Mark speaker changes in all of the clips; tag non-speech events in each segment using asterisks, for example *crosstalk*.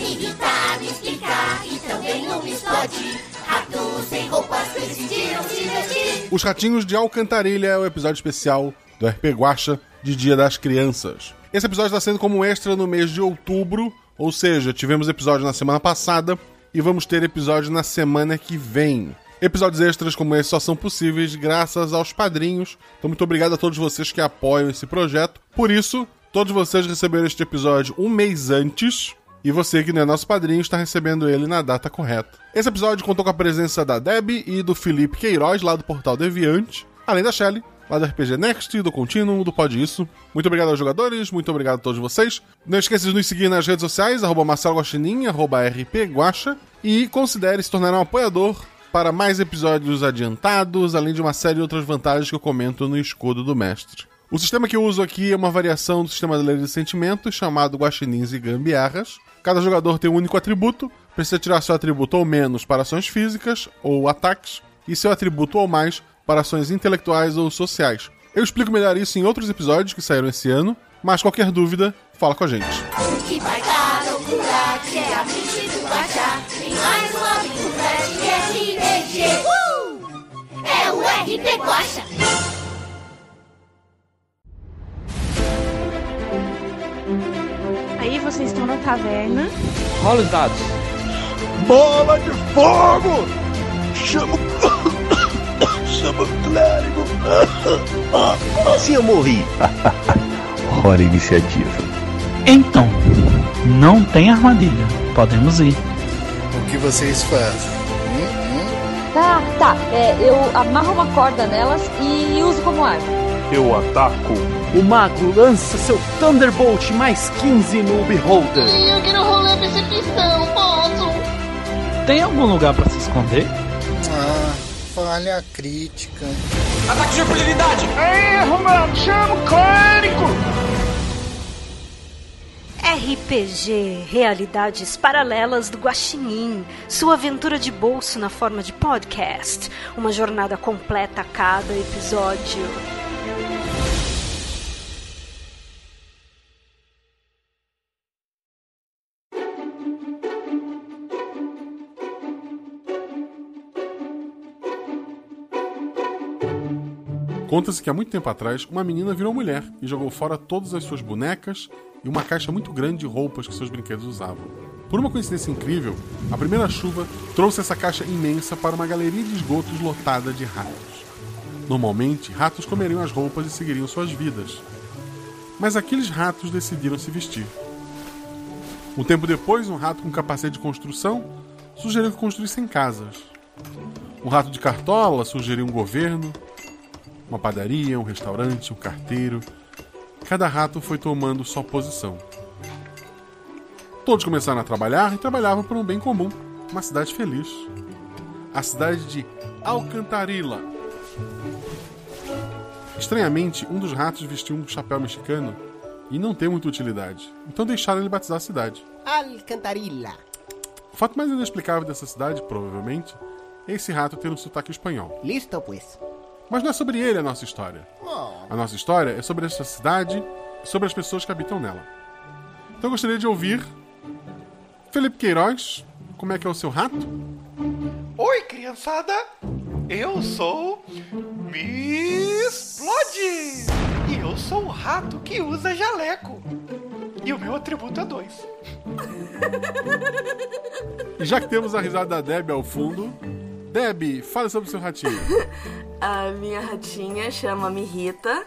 Speaker 1: Evitar tá me explicar e também não me explode. Ratos sem roupas decidiram se vestir.
Speaker 2: Os Ratinhos de Alcantarilha é o episódio especial do RP Guacha de Dia das Crianças. Esse episódio está sendo como extra no mês de outubro, ou seja, tivemos episódio na semana passada e vamos ter episódio na semana que vem. Episódios extras como esse só são possíveis graças aos padrinhos. Então, muito obrigado a todos vocês que apoiam esse projeto. Por isso, todos vocês receberam este episódio um mês antes. E você que não é nosso padrinho está recebendo ele na data correta. Esse episódio contou com a presença da Deb e do Felipe Queiroz, lá do Portal Deviante, além da Shelly, lá do RPG Next, do Continuum, do Pode Isso. Muito obrigado aos jogadores, muito obrigado a todos vocês. Não esqueça de nos seguir nas redes sociais, arroba Marcelo Guaxinim, arroba RP Guaxa, e considere se tornar um apoiador para mais episódios adiantados, além de uma série de outras vantagens que eu comento no Escudo do Mestre. O sistema que eu uso aqui é uma variação do sistema brasileiro de sentimentos, chamado Guaxinins e Gambiarras. Cada jogador tem um único atributo, precisa tirar seu atributo ou menos para ações físicas ou ataques, e seu atributo ou mais para ações intelectuais ou sociais. Eu explico melhor isso em outros episódios que saíram esse ano, mas qualquer dúvida, fala com a gente.
Speaker 1: O que vai dar loucura que é a mente do Guaxá. Tem mais uma aventura de RPG. Uh! É o RP Guaxa.
Speaker 3: Aí vocês estão na taverna.
Speaker 4: Rola os dados.
Speaker 5: Bola de fogo! Chama Chama o clérigo!
Speaker 6: Se eu morri.
Speaker 7: Hora iniciativa.
Speaker 8: Então, não tem armadilha. Podemos ir.
Speaker 9: O que vocês fazem?
Speaker 10: Tá, tá. É, eu amarro uma corda nelas e uso como arma.
Speaker 11: Eu ataco.
Speaker 4: O mago lança seu Thunderbolt mais 15 no Beholder.
Speaker 1: E eu quero rolar percepção, posso?
Speaker 8: Tem algum lugar pra se esconder?
Speaker 9: Ah, falha crítica.
Speaker 4: Ataque de impunidade!
Speaker 5: Erro, mano! Chama o clérigo!
Speaker 3: RPG Realidades Paralelas do Guaxinim. Sua aventura de bolso na forma de podcast. Uma jornada completa a cada episódio.
Speaker 2: Conta-se que há muito tempo atrás, uma menina virou mulher e jogou fora todas as suas bonecas e uma caixa muito grande de roupas que seus brinquedos usavam. Por uma coincidência incrível, a primeira chuva trouxe essa caixa imensa para uma galeria de esgotos lotada de ratos. Normalmente, ratos comeriam as roupas e seguiriam suas vidas. Mas aqueles ratos decidiram se vestir. Um tempo depois, um rato com capacete de construção sugeriu que construíssem casas. Um rato de cartola sugeriu um governo, uma padaria, um restaurante, um carteiro. Cada rato foi tomando sua posição. Todos começaram a trabalhar e trabalhavam por um bem comum, uma cidade feliz. A cidade de Alcantarilla. Estranhamente, um dos ratos vestiu um chapéu mexicano e não tem muita utilidade, então deixaram ele batizar a cidade.
Speaker 12: Alcantarilla.
Speaker 2: O fato mais inexplicável dessa cidade, provavelmente, é esse rato ter um sotaque espanhol.
Speaker 12: Listo, pues.
Speaker 2: Mas não é sobre ele a nossa história. A nossa história é sobre essa cidade e sobre as pessoas que habitam nela. Então eu gostaria de ouvir. Felipe Queiroz, como é que é o seu rato?
Speaker 5: Oi, criançada! Eu sou. Miss Blood! E eu sou um rato que usa jaleco. E o meu atributo é dois.
Speaker 2: E já que temos a risada da Deb ao fundo, Deb, fala sobre o seu ratinho.
Speaker 13: A minha ratinha chama-me Rita,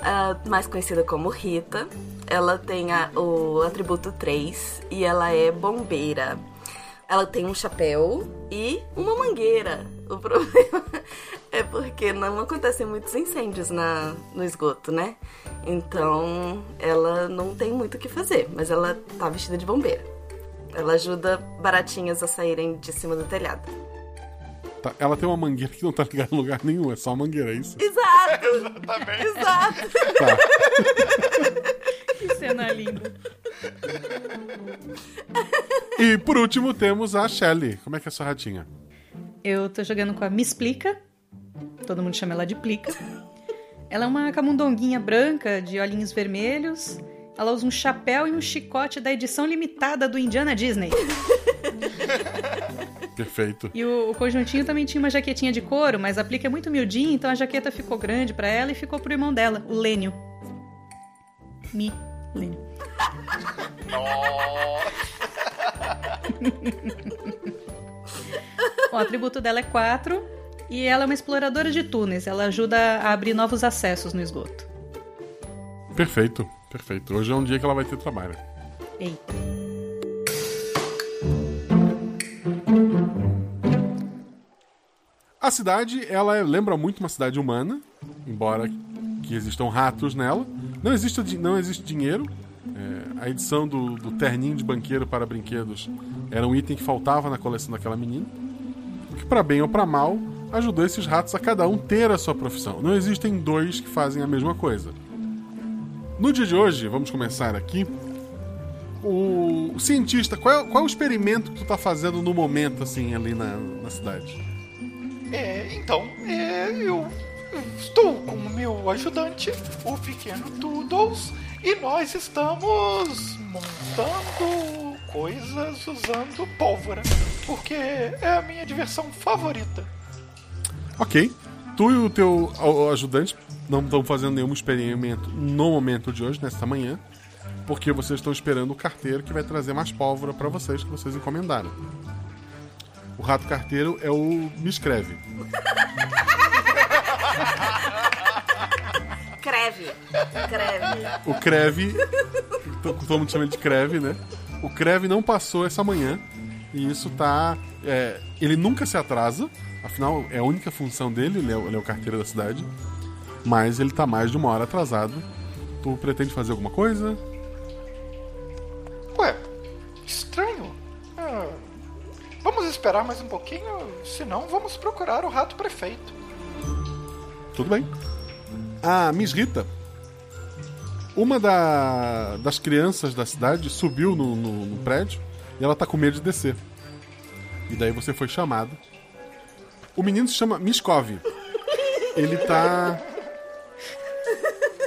Speaker 13: ah, mais conhecida como Rita. Ela tem a- o atributo 3 e ela é bombeira. Ela tem um chapéu e uma mangueira. O problema *laughs* é porque não acontecem muitos incêndios na, no esgoto, né? Então ela não tem muito o que fazer, mas ela tá vestida de bombeira. Ela ajuda baratinhas a saírem de cima do telhado.
Speaker 2: Tá, ela tem uma mangueira que não tá ligada em lugar nenhum, é só uma mangueira, é isso?
Speaker 13: Exato!
Speaker 5: Exatamente.
Speaker 13: Exato!
Speaker 2: Tá.
Speaker 3: Que cena linda.
Speaker 2: E por último temos a Shelly. Como é que é a sua ratinha?
Speaker 14: Eu tô jogando com a Miss Plica. Todo mundo chama ela de Plica. Ela é uma camundonguinha branca de olhinhos vermelhos Ela usa um chapéu e um chicote da edição limitada do Indiana Disney.
Speaker 2: Perfeito.
Speaker 14: E o, o conjuntinho também tinha uma jaquetinha de couro, mas a plica é muito miudinha, então a jaqueta ficou grande pra ela e ficou pro irmão dela, o Lênio. Mi, Lênio. Bom, o atributo dela é 4 e ela é uma exploradora de túneis. Ela ajuda a abrir novos acessos no esgoto.
Speaker 2: Perfeito, perfeito. Hoje é um dia que ela vai ter trabalho.
Speaker 14: Eita.
Speaker 2: A cidade, ela é- lembra muito uma cidade humana, embora que existam ratos nela. Não existe, di- não existe dinheiro. É, a edição do, do terninho de banqueiro para brinquedos era um item que faltava na coleção daquela menina. O que, para bem ou para mal, ajudou esses ratos a cada um ter a sua profissão. Não existem dois que fazem a mesma coisa. No dia de hoje, vamos começar aqui. O, o cientista, qual é, qual é o experimento que tu tá fazendo no momento, assim, ali na, na cidade?
Speaker 5: É, então, é, eu estou com o meu ajudante, o pequeno Toodles, e nós estamos montando coisas usando pólvora, porque é a minha diversão favorita.
Speaker 2: Ok. Tu e o teu a- o ajudante não estão fazendo nenhum experimento no momento de hoje, nesta manhã, porque vocês estão esperando o carteiro que vai trazer mais pólvora para vocês que vocês encomendaram. O rato carteiro é o me escreve.
Speaker 13: Creve. Creve.
Speaker 2: O creve, to- todo mundo chama de creve, né? O creve não passou essa manhã e isso tá. é, ele nunca se atrasa, afinal é a única função dele, ele é, o- ele é o carteiro da cidade. Mas ele tá mais de uma hora atrasado. Tu pretende fazer alguma coisa?
Speaker 5: Ué, estranho. Ah, vamos esperar mais um pouquinho, senão vamos procurar o rato prefeito.
Speaker 2: Tudo bem. A Miss Rita, uma da- das crianças da cidade subiu no, no- no prédio e ela tá com medo de descer. E daí você foi chamado. O menino se chama Miskov. Ele tá.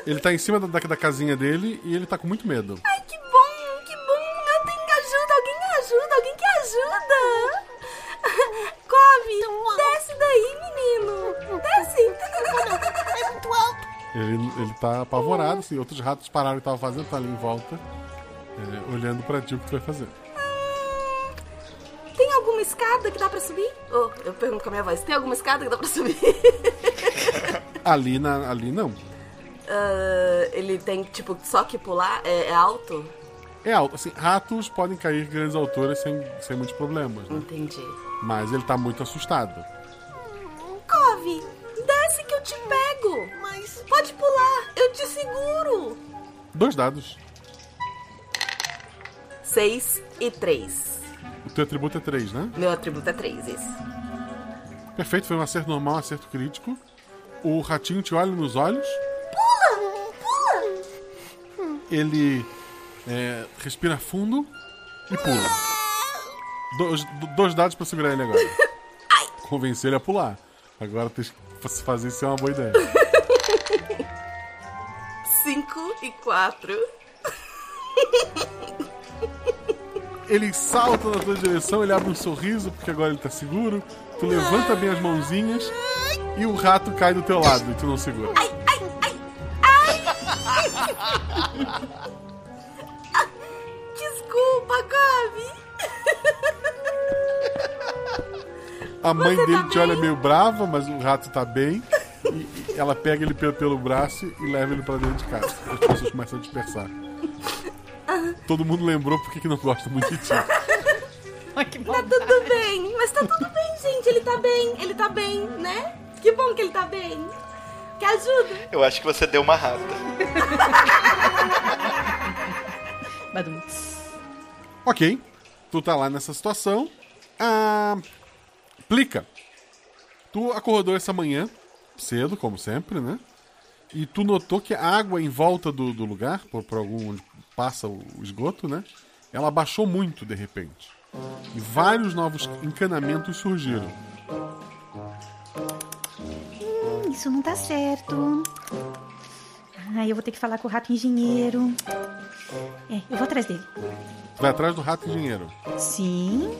Speaker 2: Ele tá em cima da, da- da casinha dele e ele tá com muito medo.
Speaker 1: Ai, que bom, que bom. Alguém ajuda, alguém ajuda, alguém que *laughs* ajuda. Come, desce daí, menino. Desce. É muito *laughs* alto.
Speaker 2: Ele, ele tá apavorado, assim. Outros ratos pararam o que tava fazendo, tá ali em volta, é, olhando pra ti o que tu vai fazer.
Speaker 13: Tem alguma escada que dá pra subir? Oh, eu pergunto com a minha voz. Tem alguma escada que dá pra subir? *laughs*
Speaker 2: Ali, na, ali não.
Speaker 13: Ah, ele tem, tipo, só que pular? É, é alto?
Speaker 2: É alto. Assim, ratos podem cair de grandes alturas sem, sem muitos problemas. Né?
Speaker 13: Entendi.
Speaker 2: Mas ele tá muito assustado.
Speaker 13: Cove, desce que eu te pego. Mas... Pode pular, eu te seguro.
Speaker 2: Dois dados.
Speaker 13: Seis e três.
Speaker 2: O teu atributo é três, né?
Speaker 13: Meu atributo é três, isso.
Speaker 2: Perfeito, foi um acerto normal, um acerto crítico. O ratinho te olha nos olhos,
Speaker 1: Pula, pula.
Speaker 2: ele é, respira fundo e pula. Dois, do- dois dados pra segurar
Speaker 13: *laughs*
Speaker 2: ele agora. Convencer ele a pular. Agora tem que se fazer isso é uma boa ideia.
Speaker 13: Cinco e quatro.
Speaker 2: Ele salta na tua direção, ele abre um sorriso, porque agora ele tá seguro. Tu levanta bem as mãozinhas e o rato cai do teu lado e tu não segura.
Speaker 13: Desculpa, Cove.
Speaker 2: A mãe
Speaker 13: Você
Speaker 2: dele
Speaker 13: tá
Speaker 2: te olha meio brava, mas o rato tá bem. E, e ela pega ele pelo, pelo braço e leva ele pra dentro de casa. As pessoas começam a dispersar.
Speaker 13: Ah.
Speaker 2: Todo mundo lembrou porque que não gosta muito de ti.
Speaker 13: Tá tudo bem, mas tá tudo bem, gente. Ele tá bem, ele tá bem, né? Que bom que ele tá bem. Que ajuda.
Speaker 5: Eu acho que você deu uma rata.
Speaker 14: Badum.
Speaker 2: Ok. Tu tá lá nessa situação. Ah, Plica. Tu acordou essa manhã, cedo, como sempre, né? E tu notou que a água em volta do, do lugar, por, por algum onde passa o o esgoto, né? Ela baixou muito de repente. E vários novos encanamentos surgiram.
Speaker 14: Hum, isso não tá certo. Ai, eu vou ter que falar com o rato engenheiro. É, eu vou atrás dele.
Speaker 2: Vai atrás do rato e dinheiro.
Speaker 14: Sim.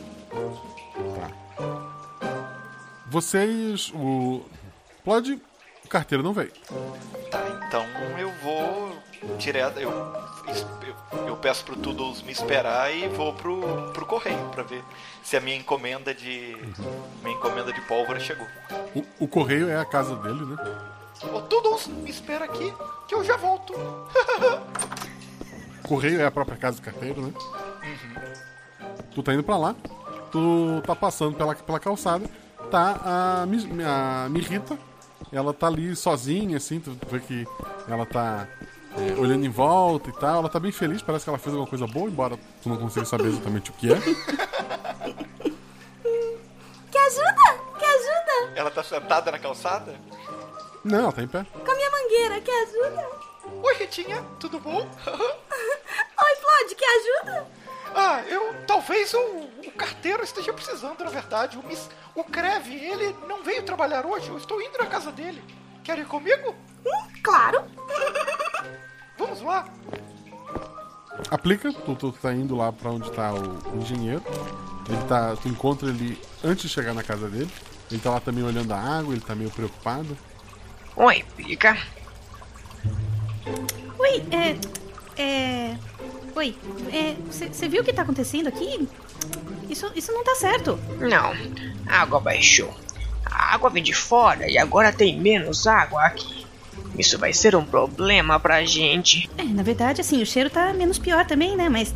Speaker 2: Vocês. O. Plod, o carteiro não veio.
Speaker 5: Então eu vou direto. Eu, eu, eu peço pro Toodles me esperar e vou pro, pro correio pra ver se a minha encomenda de. Minha encomenda de pólvora chegou.
Speaker 2: O, o correio é a casa dele, né?
Speaker 5: Ô Toodles, me espera aqui que eu já volto.
Speaker 2: O correio é a própria casa do carteiro, né? Tu tá indo pra lá, tu tá passando pela, pela calçada, tá a, Mi- a Mirrita, ela tá ali sozinha, assim, tu vê que ela tá é, olhando em volta e tal, ela tá bem feliz, parece que ela fez alguma coisa boa, embora tu não consiga saber exatamente o que é.
Speaker 11: Quer ajuda? Quer ajuda?
Speaker 5: Ela tá sentada na calçada?
Speaker 2: Não, ela tá em pé.
Speaker 11: Com a minha mangueira, quer ajuda? *laughs*
Speaker 5: Oi, Ritinha, tudo bom? *laughs*
Speaker 11: Oi, Floyd, quer ajuda?
Speaker 5: Ah, eu. Talvez o, o carteiro esteja precisando, na verdade. O, mis, o Creve, ele não veio trabalhar hoje. Eu estou indo na casa dele. Quer ir comigo?
Speaker 11: Hum, claro.
Speaker 5: Vamos lá.
Speaker 2: Aplica, tu, tu tá indo lá pra onde tá o engenheiro. Ele tá. Tu encontra ele antes de chegar na casa dele. Ele tá lá também olhando a água, ele tá meio preocupado.
Speaker 15: Oi, pica.
Speaker 14: Oi, é. É. Oi, Você viu o que tá acontecendo aqui? Isso, isso não tá certo.
Speaker 15: Não, a água baixou. A água vem de fora e agora tem menos água aqui. Isso vai ser um problema pra gente.
Speaker 14: É, na verdade, assim, o cheiro tá menos pior também, né? Mas.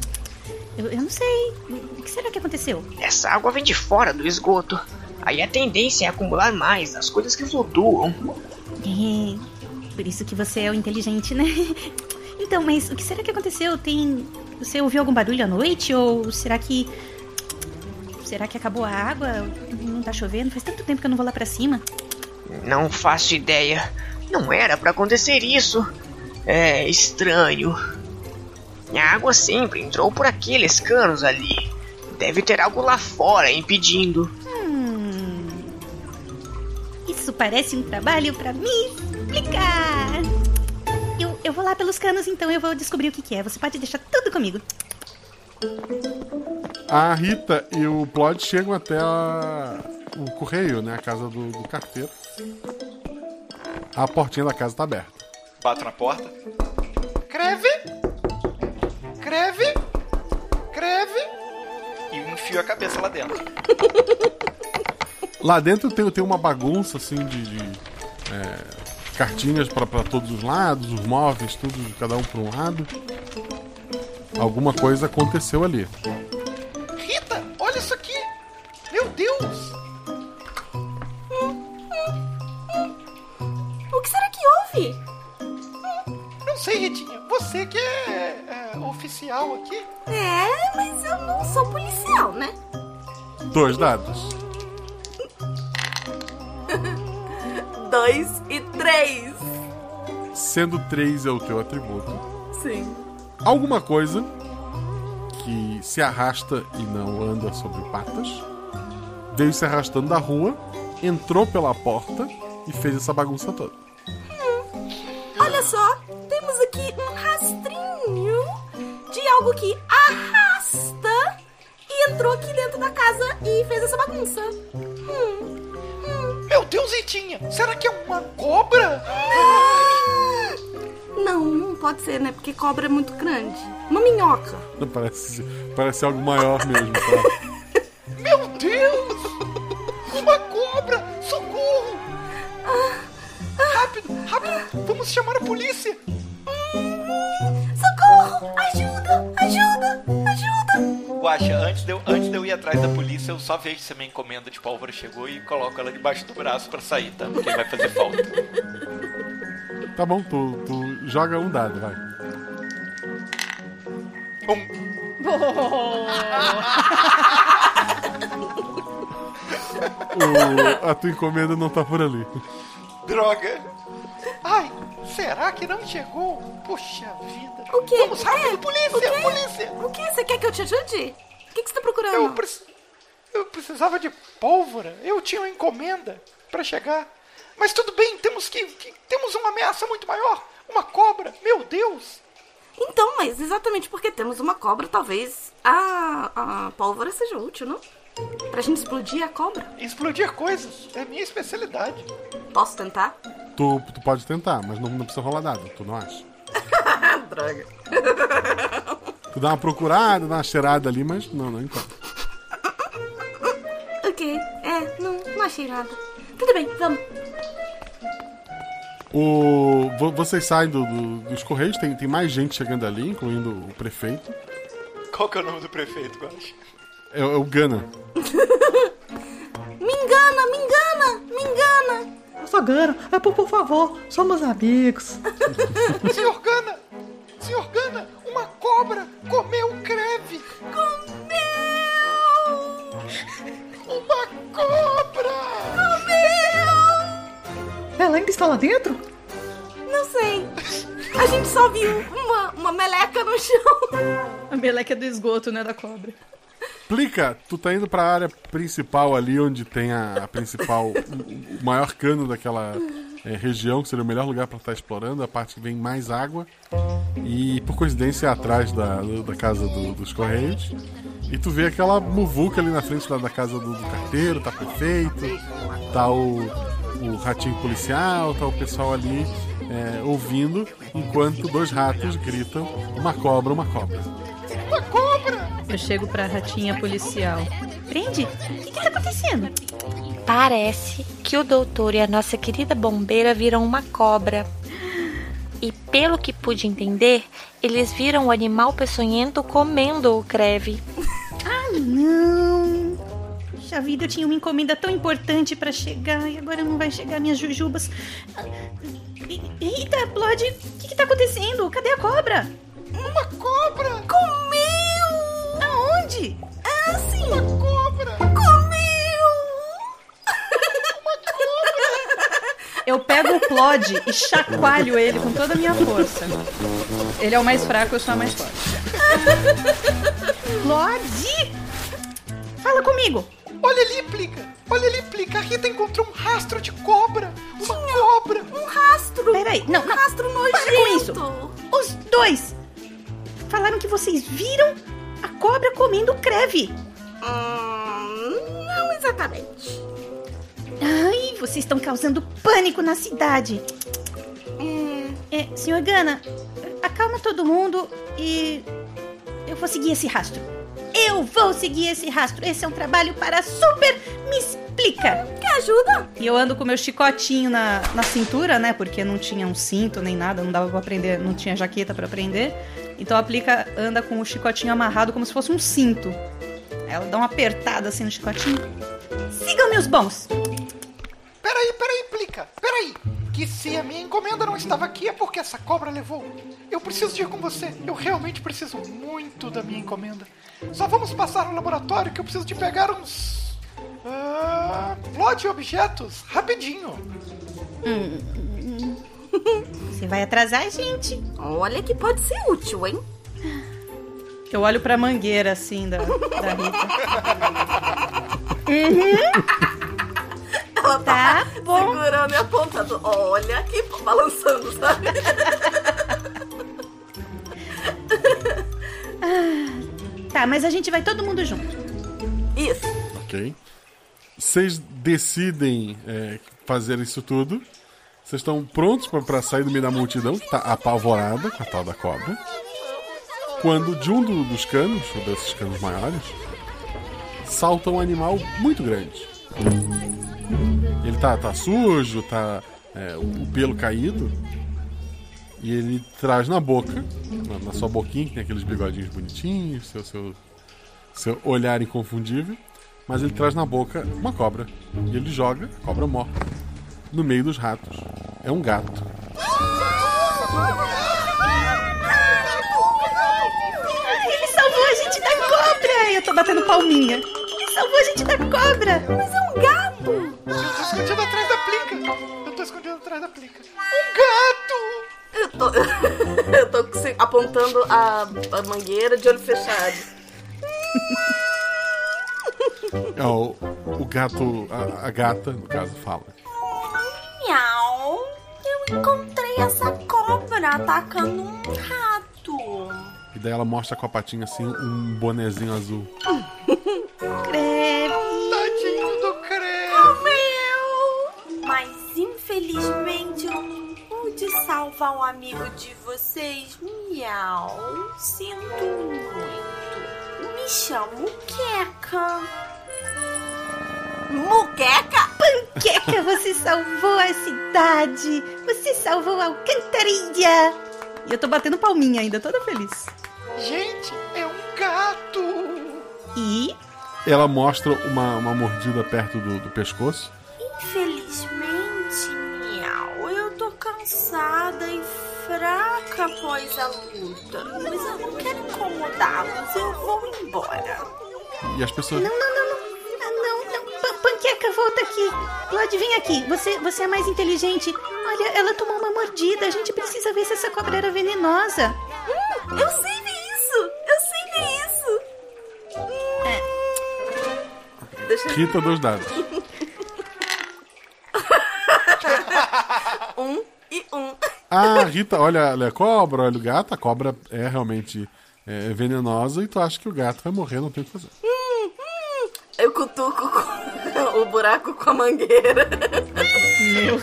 Speaker 14: Eu, eu não sei. O que será que aconteceu?
Speaker 15: Essa água vem de fora do esgoto. Aí a tendência é acumular mais as coisas que flutuam.
Speaker 14: É, por isso que você é o inteligente, né? *laughs* Então, mas o que será que aconteceu? Tem. Você ouviu algum barulho à noite? Ou será que. Será que acabou a água? Não tá chovendo? Faz tanto tempo que eu não vou lá pra cima.
Speaker 15: Não faço ideia. Não era pra acontecer isso. É estranho. A água sempre entrou por aqueles canos ali. Deve ter algo lá fora impedindo.
Speaker 14: Hum. Isso parece um trabalho pra me explicar. Eu, eu vou lá pelos canos, então eu vou descobrir o que, que é. Você pode deixar tudo comigo.
Speaker 2: A Rita e o Plod chegam até a- o correio, né? A casa do, do carteiro. A portinha da casa tá aberta.
Speaker 5: Bato na porta. Creve! Creve! Creve! E enfio a cabeça lá dentro.
Speaker 2: Lá dentro tem, tem uma bagunça, assim, de. de, é, cartinhas pra pra todos os lados, os móveis, tudo, de cada um pra um lado. Alguma coisa aconteceu ali.
Speaker 5: Rita, olha isso aqui! Meu Deus!
Speaker 11: O que será que houve?
Speaker 5: Não sei, Ritinha. Você que é, é, oficial aqui.
Speaker 11: É, mas eu não sou policial, né?
Speaker 2: Dois dados.
Speaker 13: Dois e três.
Speaker 2: Sendo três é o teu atributo.
Speaker 13: Sim.
Speaker 2: alguma coisa que se arrasta e não anda sobre patas veio se arrastando da rua, entrou pela porta e fez essa bagunça toda.
Speaker 11: Olha só, temos aqui um rastrinho de algo que arrasta e entrou aqui dentro da casa e fez essa bagunça. Hum.
Speaker 5: Meu Deus, Ritinha! Será que é uma cobra?
Speaker 11: Ah!
Speaker 13: Não, não pode ser, né? Porque cobra é muito grande. Uma minhoca.
Speaker 2: Parece, parece algo maior mesmo. tá?
Speaker 5: Meu Deus! Uma cobra! Socorro! Rápido, rápido! Vamos chamar a polícia!
Speaker 11: Socorro! Ajuda! Ajuda! Ajuda!
Speaker 5: Guaxa, antes de, eu, antes de eu ir atrás da polícia, eu só vejo se minha encomenda de pólvora chegou e coloco ela debaixo do braço pra sair, tá? Porque vai fazer falta.
Speaker 2: Tá bom, tu, tu joga um dado, vai. O- a tua encomenda não tá por ali.
Speaker 5: Droga! Ai, será que não chegou? Puxa vida!
Speaker 11: O quê? É.
Speaker 5: Vamos rápido, polícia,
Speaker 11: O quê?
Speaker 5: polícia!
Speaker 11: O que? Você quer que eu te ajude? O que, que você tá procurando?
Speaker 5: Eu, preci- eu precisava de pólvora. Eu tinha uma encomenda pra chegar. Mas tudo bem, temos que, que- temos uma ameaça muito maior. Uma cobra. Meu Deus.
Speaker 11: Então, mas exatamente porque temos uma cobra, talvez a, a pólvora seja útil, não? Pra gente explodir a cobra.
Speaker 5: Explodir coisas é minha especialidade.
Speaker 11: Posso tentar?
Speaker 2: Tu, tu pode tentar, mas não, não precisa rolar dado, tu não acha?
Speaker 11: Droga.
Speaker 2: Tu dá uma procurada, dá uma cheirada ali, mas não, não encontra.
Speaker 11: Ok, é, não, não achei nada. Tudo bem, vamos.
Speaker 2: O, vo- vocês saem do- do- dos correios, tem, tem mais gente chegando ali, incluindo o prefeito.
Speaker 5: Qual que é o nome do prefeito, Guache?
Speaker 2: É, é o Gana.
Speaker 11: Me engana, me engana, me engana.
Speaker 16: Sagano, é por, por favor, somos amigos.
Speaker 5: *laughs* Senhor Gana! Senhor Gana, uma cobra comeu o creve! Comeu! Uma cobra! Comeu!
Speaker 16: Ela ainda está lá dentro?
Speaker 11: Não sei. A gente só viu uma, uma meleca no chão.
Speaker 17: A meleca do esgoto, né, da cobra.
Speaker 2: Plica, tu tá indo pra área principal ali, onde tem a, a principal, o, o maior cano daquela é, região, que seria o melhor lugar pra estar explorando, a parte que vem mais água. E por coincidência é atrás da, do- da casa do- dos Correios. E tu vê aquela muvuca ali na frente da, da casa do, do carteiro, tá perfeito, tá o, o ratinho policial, tá o pessoal ali é, ouvindo, enquanto dois ratos gritam: uma cobra, uma cobra.
Speaker 17: Uma cobra! Eu chego pra ratinha policial.
Speaker 14: Prende? O que, que tá acontecendo?
Speaker 18: Parece que o doutor e a nossa querida bombeira viram uma cobra. E pelo que pude entender, eles viram o animal peçonhento comendo o creve.
Speaker 14: Ah, não! Puxa vida, eu tinha uma encomenda tão importante pra chegar e agora não vai chegar minhas jujubas. Ah, e- Eita, Blood, o que, que tá acontecendo? Cadê a cobra?
Speaker 5: Uma cobra!
Speaker 11: Comeu!
Speaker 14: Aonde?
Speaker 11: Ah, sim! Uma
Speaker 5: cobra!
Speaker 14: *laughs*
Speaker 17: Eu pego o Plod e chacoalho ele com toda a minha força. Ele é o mais fraco, eu sou a mais
Speaker 5: *laughs*
Speaker 17: forte.
Speaker 14: Lorde! Fala comigo!
Speaker 5: Olha ali, Plica! Olha ali, Plica! A Rita encontrou um rastro de cobra! Uma cobra!
Speaker 11: Um rastro! Um
Speaker 14: Peraí, não, não.
Speaker 11: Rastro nojento!
Speaker 14: Para com isso! Os dois falaram que vocês viram a cobra comendo o creve.
Speaker 11: Hum, não exatamente.
Speaker 14: Ai, vocês estão causando pânico na cidade. É, senhor Gana, acalma todo mundo e eu vou seguir esse rastro. Eu vou seguir esse rastro. Esse é um trabalho para super me explica.
Speaker 11: Quer ajuda?
Speaker 17: E eu ando com meu chicotinho na, na cintura, né? Porque não tinha um cinto nem nada, não dava pra aprender, não tinha jaqueta pra aprender. Então a Plica anda com o chicotinho amarrado como se fosse um cinto. Ela dá uma apertada assim no chicotinho. Sigam meus bons!
Speaker 5: Peraí, peraí, Plica! Peraí! Que se a minha encomenda não estava aqui é porque essa cobra levou. Eu preciso de ir com você. Eu realmente preciso muito da minha encomenda. Só vamos passar no laboratório que eu preciso de pegar uns. ah, lote de objetos rapidinho.
Speaker 14: Hum, Você vai atrasar a gente.
Speaker 11: Olha que pode ser útil, hein?
Speaker 17: Eu olho pra mangueira assim da, da
Speaker 14: *laughs*
Speaker 17: Rita.
Speaker 11: Ela tá, segurando e apontando. Olha aqui, balançando, sabe?
Speaker 14: Tá, mas a gente vai todo mundo junto.
Speaker 11: Isso.
Speaker 2: Ok. Vocês decidem é, fazer isso tudo. Vocês estão prontos pra- pra sair do meio da multidão, que tá apavorada com a tal da cobra. Quando de um do- dos canos, ou desses canos maiores, salta um animal muito grande. Ele tá, tá sujo, tá é, o, o pelo caído. E ele traz na boca, na, na sua boquinha, que tem aqueles bigodinhos bonitinhos, seu, seu, seu olhar inconfundível. Mas ele traz na boca uma cobra. E ele joga a cobra morta no meio dos ratos. É um gato.
Speaker 17: Ele salvou a gente da cobra! Eu tô batendo palminha. Ele salvou a gente da cobra! Mas é um gato!
Speaker 5: Eu tô escondido atrás da Plica! Eu tô escondido atrás da Plica! Um gato!
Speaker 11: Eu tô, eu tô se- apontando a, a mangueira de olho fechado.
Speaker 2: É, o, o gato, a, a gata, no caso, fala.
Speaker 11: Miau! Eu encontrei essa cobra atacando um rato.
Speaker 2: E daí ela mostra com a patinha assim um bonezinho azul.
Speaker 14: Creve.
Speaker 5: Tadinho do creme.
Speaker 19: O meu. Mas infelizmente eu não pude salvar um amigo de vocês. Miau. Sinto muito. Me chamo Queca.
Speaker 11: Muqueca?
Speaker 14: Panqueca, você salvou a cidade! Você salvou a alcantarilha! E eu tô batendo palminha ainda, toda feliz.
Speaker 5: Gente, é um gato.
Speaker 14: E
Speaker 2: Ela mostra uma, uma mordida perto do, do pescoço.
Speaker 19: Infelizmente, miau, eu tô cansada e fraca após a luta. Mas eu não quero incomodá-los, eu vou embora.
Speaker 2: E as pessoas.
Speaker 14: Não, não, não, não. Ah, não, não. Pan- Panqueca, volta aqui. Blood, vem aqui. Você, você é mais inteligente. Olha, ela tomou uma mordida. A gente precisa ver se essa cobra era venenosa.
Speaker 11: Hum, eu sei ver isso! Eu sei ver isso! Deixa eu-
Speaker 2: Quita dois dados.
Speaker 11: um e um.
Speaker 2: Ah, Rita, olha, ela é cobra, olha o gato. A cobra é realmente é, venenosa e tu acha que o gato vai morrer, não tem o que fazer.
Speaker 11: Hum, hum. Eu cutuco com- *laughs* o buraco com a mangueira.
Speaker 2: Meu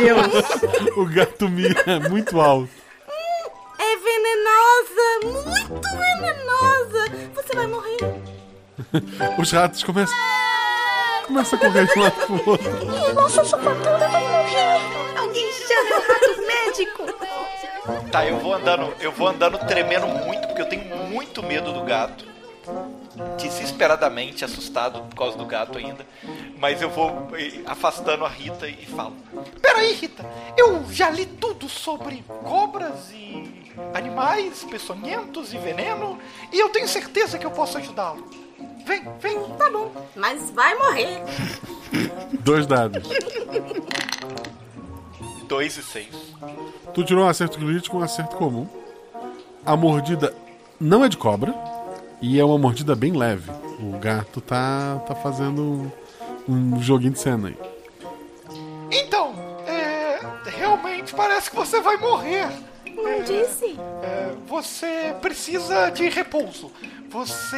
Speaker 2: Deus! *laughs* o gato mira é muito alto.
Speaker 11: É venenosa! Muito venenosa! Você vai morrer!
Speaker 2: Os ratos começam. Começa a correr de um lado pro outro.
Speaker 14: Nossa, essa patada vai morrer. Alguém chama o rato médico.
Speaker 5: Tá, eu vou andando, eu vou andando tremendo muito, porque eu tenho muito medo do gato. Desesperadamente assustado por causa do gato ainda. Mas eu vou eh, afastando a Rita e falo. Peraí, Rita, eu já li tudo sobre cobras e animais peçonhentos e veneno, e eu tenho certeza que eu posso ajudá-lo. Vem, vem, tá bom.
Speaker 11: Mas vai morrer!
Speaker 2: Dois dados.
Speaker 5: Dois e seis.
Speaker 2: Tu tirou um acerto crítico e um acerto comum. A mordida não é de cobra e é uma mordida bem leve. O gato tá, tá fazendo um, um joguinho de cena aí.
Speaker 5: Então, é, realmente parece que você vai morrer. Não
Speaker 19: disse.
Speaker 5: você precisa de repouso. Você.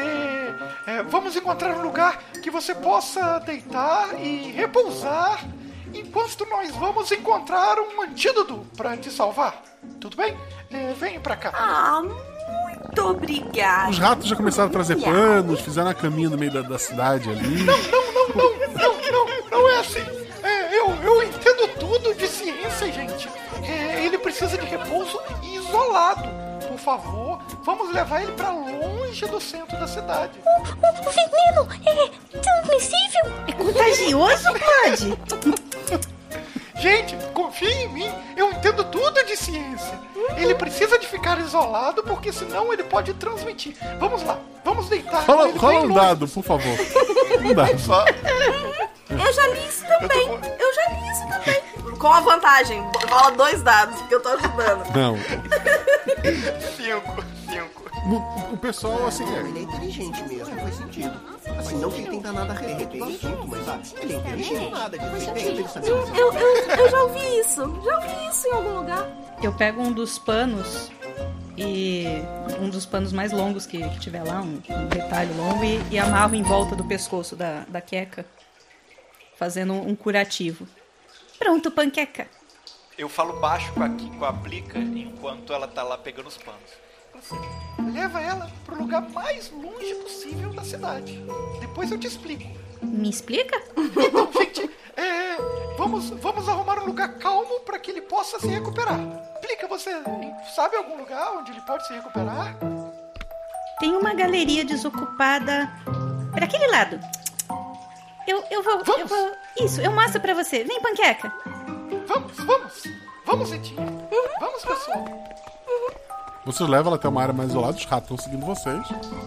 Speaker 5: é, vamos encontrar um lugar que você possa deitar e repousar enquanto nós vamos encontrar um antídoto pra te salvar. Tudo bem? É, vem pra cá.
Speaker 19: Ah, muito obrigada.
Speaker 2: Os ratos já começaram a trazer
Speaker 19: Miau.
Speaker 2: panos, fizeram a caminha no meio da, da cidade ali.
Speaker 5: Não, não, não é assim. É, eu, eu entendo tudo de ciência, gente. É, ele precisa de repouso e isolado. Por favor, vamos levar ele pra longe do centro da cidade.
Speaker 1: O veneno é transmissível? É
Speaker 14: contagioso, Blood?
Speaker 5: Gente, confie em mim. Eu entendo tudo de ciência. Ele precisa de ficar isolado porque senão ele pode transmitir. Vamos lá, vamos deitar. com
Speaker 2: Rola,
Speaker 5: ele
Speaker 2: rola
Speaker 5: bem
Speaker 2: um
Speaker 5: longe.
Speaker 2: dado, por favor. Um dado.
Speaker 5: Só.
Speaker 11: Eu já li isso também! Eu já li isso também! Com a vantagem, rola dois dados, porque eu tô ajudando.
Speaker 2: Não.
Speaker 5: Cinco, cinco.
Speaker 2: O pessoal, assim, é.
Speaker 12: Ele é inteligente mesmo, faz sentido. Assim, não que ele tenha nada a respeito do assunto, mas ah, ele é inteligente nada disso. Ele tem pensamento.
Speaker 11: Eu, eu, eu já ouvi isso! Já ouvi isso em algum lugar!
Speaker 14: Eu pego um dos panos e um dos panos mais longos que, que tiver lá, um, um retalho longo, e, e amarro em volta do pescoço da, da queca, fazendo um curativo. Pronto, panqueca.
Speaker 5: Eu falo baixo com a, com a Blica enquanto ela tá lá pegando os panos. Você Então, assim, leva ela pro lugar mais longe possível da cidade. Depois eu te explico.
Speaker 14: Me explica?
Speaker 5: Então, gente, é, vamos, vamos arrumar um lugar calmo para que ele possa se recuperar. Blica, você sabe algum lugar onde ele pode se recuperar?
Speaker 14: Tem uma galeria desocupada para aquele lado. Eu, eu vou, eu vou. Isso, eu mostro pra você. Vem, panqueca.
Speaker 5: Vamos, vamos. Vamos, Zetinha. Vamos, pessoal.
Speaker 2: Vocês levam ela até uma área mais isolada, os ratos estão seguindo vocês.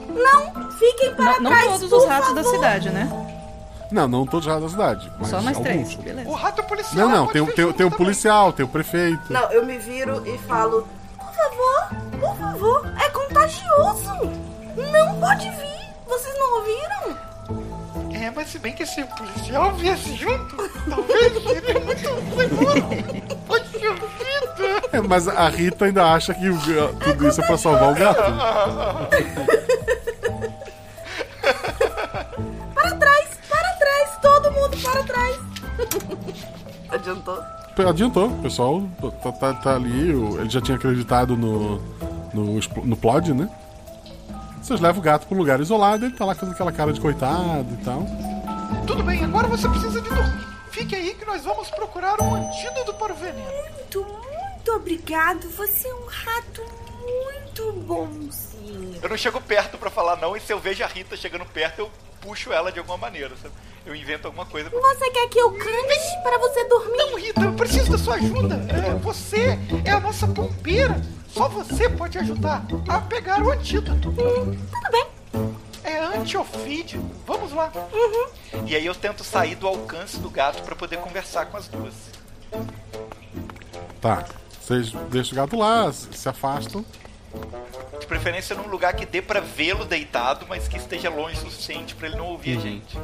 Speaker 11: Não! Fiquem para
Speaker 14: Não, não
Speaker 11: trás!
Speaker 14: todos
Speaker 11: por
Speaker 14: os ratos da
Speaker 11: favor.
Speaker 14: cidade, né?
Speaker 2: Não, não todos os ratos da cidade. Mas
Speaker 14: Só mais
Speaker 2: alguns.
Speaker 14: três. Beleza.
Speaker 5: O rato policial. é
Speaker 2: Não, não,
Speaker 5: pode
Speaker 2: tem, o-
Speaker 5: ver
Speaker 2: tem, o-
Speaker 5: junto
Speaker 2: tem um o
Speaker 5: também.
Speaker 2: policial, tem o prefeito.
Speaker 11: Não, eu me viro e falo: Por favor, por favor, é contagioso! Não pode vir! Vocês não ouviram?
Speaker 5: É, mas se bem que esse policial é viesse junto, talvez ele muito seguro. Pode ser ouvido.
Speaker 2: É, mas a Rita ainda acha que uh, tudo isso é pra salvar o gato.
Speaker 11: Para trás, para trás, todo mundo para trás.
Speaker 13: Adiantou.
Speaker 2: Adiantou, o pessoal tá, tá- tá ali, o- ele já tinha acreditado no, no, expl- no plod, né? Vocês levam o gato pra um lugar isolado, ele tá lá fazendo aquela cara de coitado e tal.
Speaker 5: Tudo bem, agora você precisa de dormir. Fique aí que nós vamos procurar um antídoto para o veneno.
Speaker 19: Muito, muito obrigado. Você é um rato muito bonzinho.
Speaker 5: Eu não chego perto pra falar não, e se eu vejo a Rita chegando perto, eu puxo ela de alguma maneira, sabe? Eu invento alguma coisa. pra-
Speaker 11: Você quer que eu cante para você dormir?
Speaker 5: Não, Rita, eu preciso da sua ajuda. É, você é a nossa bombeira. Só você pode ajudar a pegar o antídoto.
Speaker 11: tudo bem.
Speaker 5: É antiofídio. Vamos lá. E aí eu tento sair do alcance do gato pra poder conversar com as duas.
Speaker 2: Tá, vocês deixam o gato lá, se se afastam.
Speaker 5: De preferência num lugar que dê pra vê-lo deitado, mas que esteja longe o suficiente pra ele não ouvir a gente.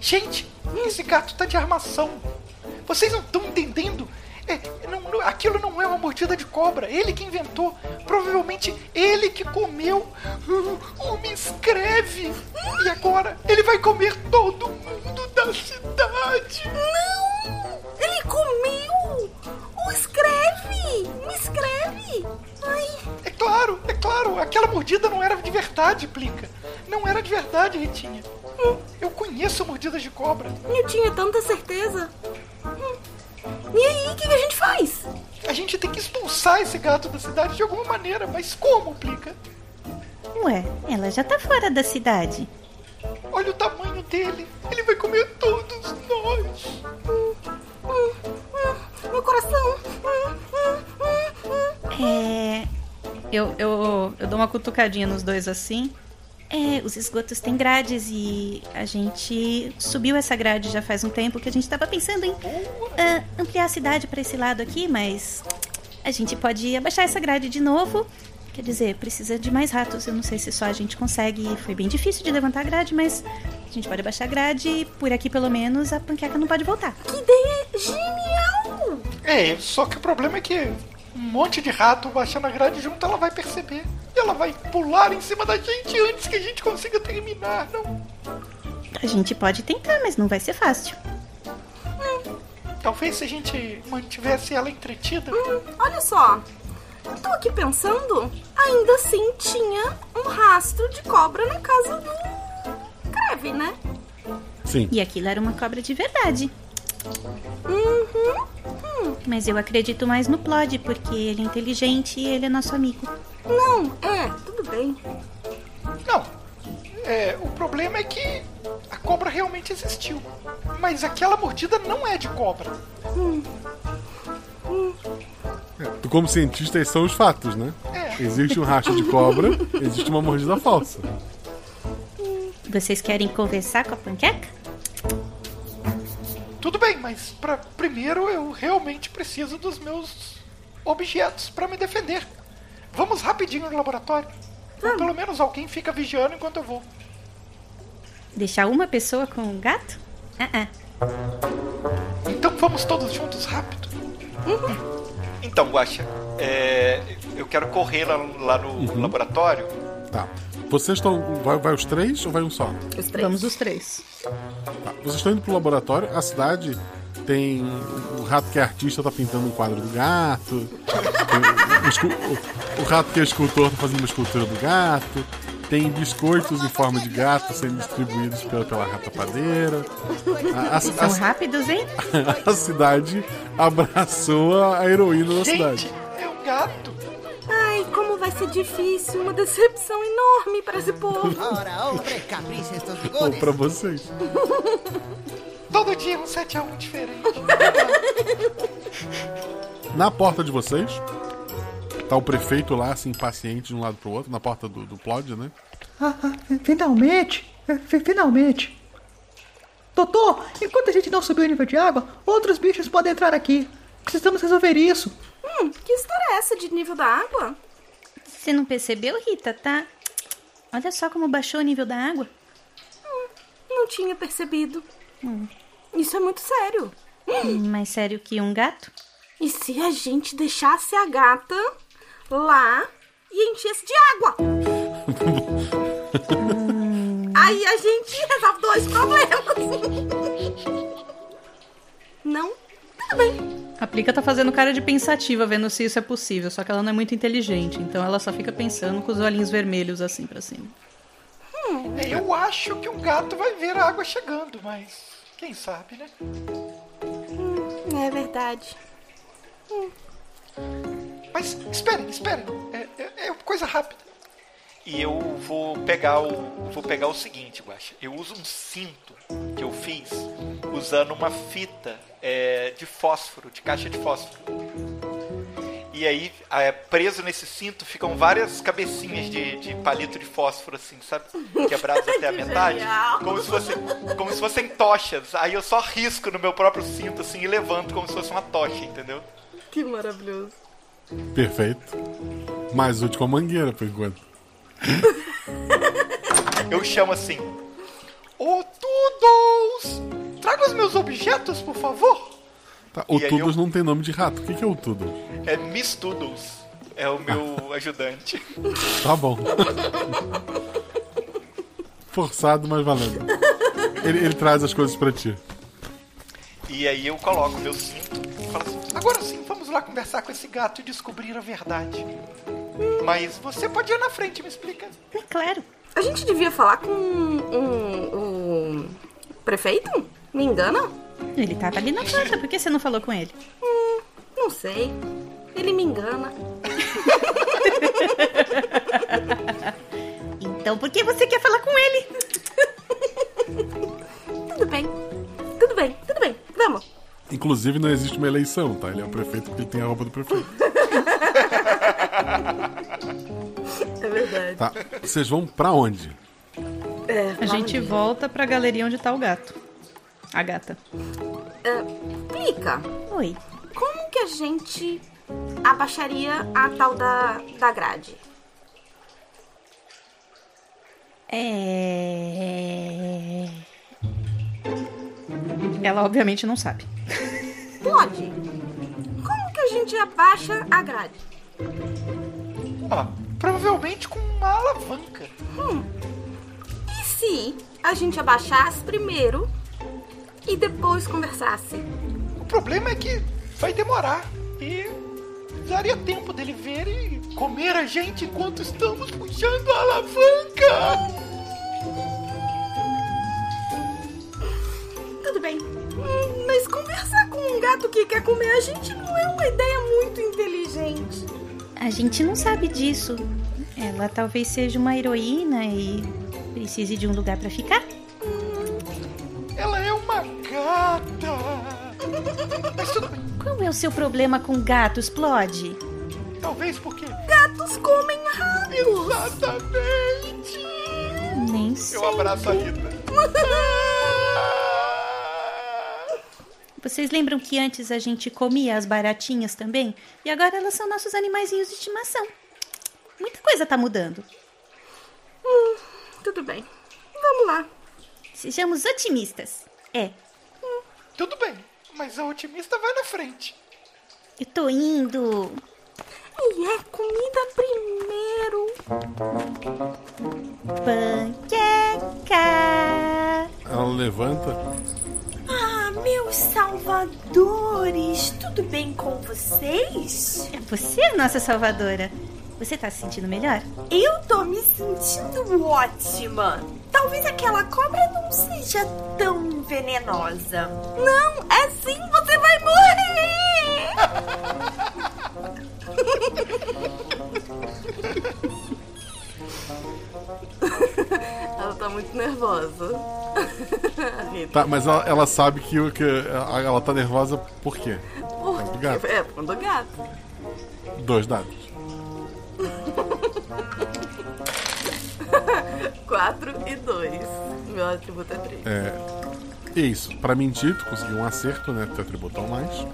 Speaker 5: Gente, esse gato tá de armação. Vocês não estão entendendo? É, não- não- aquilo não é uma mordida de cobra. Ele que inventou. Provavelmente ele que comeu. Uh, O me escreve. E agora ele vai comer todo mundo da cidade.
Speaker 11: Não! Ele comeu! O escreve! Me escreve! Ai,
Speaker 5: É claro, é claro. Aquela mordida não era de verdade, Plica. Não era de verdade, Ritinha. Hum, Eu conheço mordidas de cobra.
Speaker 11: eu tinha tanta certeza. Hum. E aí, o que, que a gente faz?
Speaker 5: A gente tem que expulsar esse gato da cidade de alguma maneira, mas como, Plica?
Speaker 14: Ué, ela já tá fora da cidade.
Speaker 5: Olha o tamanho dele. Ele vai comer todos nós.
Speaker 11: Meu coração! Hum, hum,
Speaker 14: É. Eu, eu, eu dou uma cutucadinha nos dois assim. É, os esgotos têm grades e a gente subiu essa grade já faz um tempo que a gente tava pensando em ah, ampliar a cidade pra esse lado aqui, mas a gente pode abaixar essa grade de novo. Quer dizer, precisa de mais ratos. Eu não sei se só a gente consegue. Foi bem difícil de levantar a grade, mas a gente pode abaixar a grade e por aqui pelo menos a panqueca não pode voltar.
Speaker 11: Que ideia genial!
Speaker 5: É, só que o problema é que um monte de rato baixando a grade junto, ela vai perceber. E ela vai pular em cima da gente antes que a gente consiga terminar. Não,
Speaker 14: A gente pode tentar, mas não vai ser fácil.
Speaker 5: talvez se a gente mantivesse ela entretida.
Speaker 11: Olha só, eu tô aqui pensando, ainda assim tinha um rastro de cobra na casa do Creve, né?
Speaker 2: Sim.
Speaker 14: E aquilo era uma cobra de verdade.
Speaker 11: Uhum.
Speaker 14: Mas eu acredito mais no Plod, porque ele é inteligente e ele é nosso amigo.
Speaker 11: Não, é, tudo bem.
Speaker 5: É, o problema é que a cobra realmente existiu. Mas aquela mordida não é de cobra.
Speaker 2: Tu, É, Como cientista, esses são os fatos, né?
Speaker 5: É,
Speaker 2: Existe um rastro de cobra, existe uma mordida falsa.
Speaker 14: Vocês querem conversar com a panqueca?
Speaker 5: Tudo bem, mas pra, primeiro eu realmente preciso dos meus objetos pra me defender. Vamos rapidinho no laboratório. Ou pelo menos alguém fica vigiando enquanto eu vou.
Speaker 14: Deixar uma pessoa com um gato? Ah, ah.
Speaker 5: Então vamos todos juntos, rápido. Então, Guaxa, é, eu quero correr lá, lá no laboratório.
Speaker 2: Tá. Vocês estão. Vai, vai os três ou vai um só?
Speaker 13: Os
Speaker 5: três.
Speaker 17: Vamos os três.
Speaker 2: Tá. Vocês estão indo pro laboratório, a cidade tem. O rato que é artista tá pintando um quadro do gato. tem o, escu- o- o rato que é escultor tá fazendo uma escultura do gato. Tem biscoitos em forma de gato sendo distribuídos pela, pela rata padeira. A, a-
Speaker 14: Vocês são
Speaker 2: a-
Speaker 14: rápidos, hein?
Speaker 2: a cidade abraçou a a heroína da cidade.
Speaker 5: É um gato.
Speaker 11: Ai, como vai ser difícil, uma decepção enorme para esse povo.
Speaker 12: Ora, outra capricha estos
Speaker 2: Ou pra vocês.
Speaker 5: Todo dia um 7 a 1 diferente.
Speaker 2: Na porta de vocês, tá o prefeito lá, assim, impaciente de um lado pro outro, na porta do, do Plod, né?
Speaker 16: Ah, ah, finalmente! eh, fi- Finalmente! Doutor, enquanto a gente não subir o nível de água, outros bichos podem entrar aqui. Precisamos resolver isso.
Speaker 11: Hum, que história é essa de nível da água?
Speaker 14: Você não percebeu, Rita, tá? Olha só como baixou o nível da água.
Speaker 11: Não tinha percebido.
Speaker 14: Hum.
Speaker 11: Isso é muito sério.
Speaker 14: Mais sério Hum, que um gato?
Speaker 11: E se a gente deixasse a gata lá e enchesse de água? Aí a gente resolve dois problemas. Não? Tudo bem.
Speaker 17: A Plica tá fazendo cara de pensativa, vendo se isso é possível, só que ela não é muito inteligente, então ela só fica pensando com os olhinhos vermelhos assim pra cima.
Speaker 5: Hum, eu acho que o gato vai ver a água chegando, mas quem sabe, né?
Speaker 11: Hum, é verdade. Hum.
Speaker 5: Mas esperem, esperem. É, é, é coisa rápida. E eu vou pegar o. Vou pegar o seguinte, Guaxa. Eu uso um cinto que eu fiz usando uma fita é, de fósforo, de caixa de fósforo. E aí, é, preso nesse cinto, ficam várias cabecinhas de, de palito de fósforo, assim,
Speaker 11: *laughs*
Speaker 5: sabe? Quebradas até a
Speaker 11: Que
Speaker 5: metade.
Speaker 11: genial.
Speaker 5: Como se, fossem, como se fossem tochas. Aí eu só risco no meu próprio cinto, assim, e levanto como se fosse uma tocha, entendeu?
Speaker 11: Que maravilhoso.
Speaker 2: Perfeito. Mais útil com a mangueira, por enquanto.
Speaker 5: Eu chamo assim. Ô Toodles! Traga os meus objetos, por favor!
Speaker 2: Tá, o
Speaker 5: E aí
Speaker 2: Tudos não tem nome de rato. O que, que é o Tudo?
Speaker 5: É Miss Toodles. É o meu ajudante.
Speaker 2: Tá
Speaker 5: *laughs*
Speaker 2: bom. Forçado, mas valendo. Ele, ele traz as coisas pra ti.
Speaker 5: E aí eu coloco meu cinto e falo assim, agora sim, vamos lá conversar com esse gato e descobrir a verdade. Mas você pode ir na frente, me explica.
Speaker 14: É claro.
Speaker 11: A gente devia falar com um, um prefeito? Me engana?
Speaker 14: Ele tava ali na porta, por que você não falou com ele?
Speaker 11: Não sei. Ele me engana.
Speaker 14: Então por que você quer falar com ele?
Speaker 11: Tudo bem. Tudo bem, tudo bem. Vamos.
Speaker 2: Inclusive, não existe uma eleição, tá? Ele é o prefeito porque ele tem a roupa do prefeito.
Speaker 11: É verdade.
Speaker 2: Tá. Vocês vão pra onde?
Speaker 17: A gente volta pra galeria onde tá o gato. A gata.
Speaker 11: Ah, Plica,
Speaker 14: Oi.
Speaker 11: como que a gente abaixaria a tal da, da grade?
Speaker 14: É. Ela obviamente não sabe.
Speaker 11: Pode. Como que a gente abaixa a grade?
Speaker 5: Ó, provavelmente com uma alavanca.
Speaker 11: E se a gente abaixasse primeiro e depois conversasse?
Speaker 5: O problema é que vai demorar e daria tempo dele ver e comer a gente enquanto estamos puxando a alavanca.
Speaker 11: Tudo bem. Hum, mas conversar com um gato que quer comer a gente não é uma ideia muito inteligente.
Speaker 14: A gente não sabe disso. Ela talvez seja uma heroína e precise de um lugar pra ficar.
Speaker 5: Ela é uma gata. Mas tudo bem.
Speaker 14: Qual é o seu problema com gato? Explode.
Speaker 5: Talvez porque
Speaker 11: Gatos comem ratos.
Speaker 5: Exatamente!
Speaker 14: Nem
Speaker 5: eu abraço a Rita.
Speaker 14: Vocês lembram que antes a gente comia as baratinhas também? E agora elas são nossos animaizinhos de estimação. Muita coisa tá mudando.
Speaker 11: *laughs* Tudo bem. Vamos lá.
Speaker 14: Sejamos otimistas. É,
Speaker 5: Tudo bem, mas a otimista vai na frente.
Speaker 14: eu tô indo.
Speaker 11: E é comida primeiro.
Speaker 14: Panqueca.
Speaker 2: Ela levanta.
Speaker 19: Ah, meus salvadores, tudo bem com vocês?
Speaker 14: É você a nossa salvadora. Você tá se sentindo melhor?
Speaker 19: Eu tô me sentindo ótima. Talvez aquela cobra não seja tão venenosa. assim
Speaker 11: Não, é sim, você vai morrer! Ela tá muito nervosa.
Speaker 2: Tá, mas ela, ela sabe que, o- que a- ela tá nervosa por quê?
Speaker 11: Por
Speaker 2: do gato.
Speaker 11: quê? É, quando o gato.
Speaker 2: Dois dados.
Speaker 11: quatro e dois Meu atributo é três
Speaker 2: É. É isso. Pra mentir, tu conseguiu um acerto, né? Tu atributou a mais.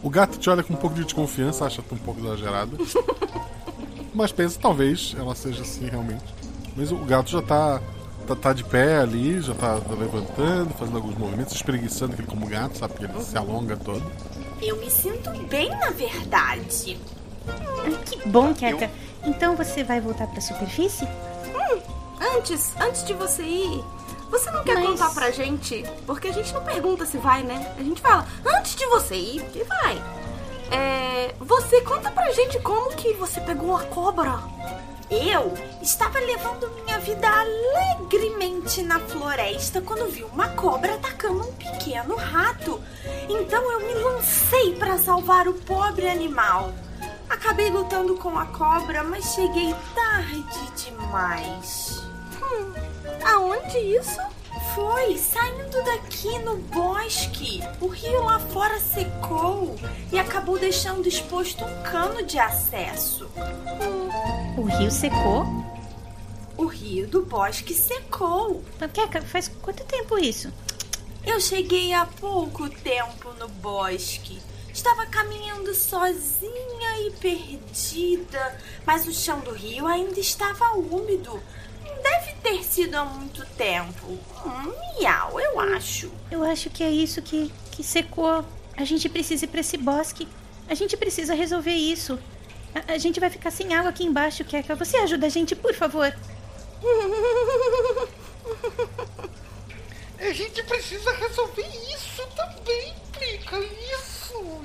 Speaker 2: O gato te olha com um pouco de desconfiança, acha tu um pouco exagerada. Mas pensa, talvez ela seja assim realmente. Mas o gato já tá, tá, tá de pé ali, tá já tá levantando, fazendo alguns movimentos, espreguiçando aquele como gato, sabe? Porque ele se alonga todo.
Speaker 11: Eu me sinto bem, na verdade.
Speaker 14: Ah, que bom, Keka. Então você vai voltar pra superfície?
Speaker 11: Hum, antes, antes de você ir, você não quer
Speaker 14: Mas-
Speaker 11: contar pra gente? Porque a gente não pergunta se vai, né? A gente fala, antes de você ir, porque vai. É, você conta pra gente como que você pegou a cobra. Eu estava levando minha vida alegremente na floresta quando vi uma cobra atacando um pequeno rato. Então eu me lancei para salvar o pobre animal. Acabei lutando com a cobra, mas cheguei tarde demais. Hum, aonde isso? Foi saindo daqui no bosque. O rio lá fora secou e acabou deixando exposto um cano de acesso.
Speaker 14: O rio secou?
Speaker 11: O rio do bosque secou.
Speaker 14: Keka, faz quanto tempo isso?
Speaker 11: Eu cheguei há pouco tempo no bosque. Estava caminhando sozinha e perdida, mas o chão do rio ainda estava úmido. Deve ter sido há muito tempo. Hum, miau, eu acho.
Speaker 14: Eu acho que é isso que, que secou. A gente precisa ir pra esse bosque. A gente precisa resolver isso. A, a gente vai ficar sem água aqui embaixo, Keka. Você ajuda a gente, por favor.
Speaker 5: A gente precisa resolver isso também, Plica, isso.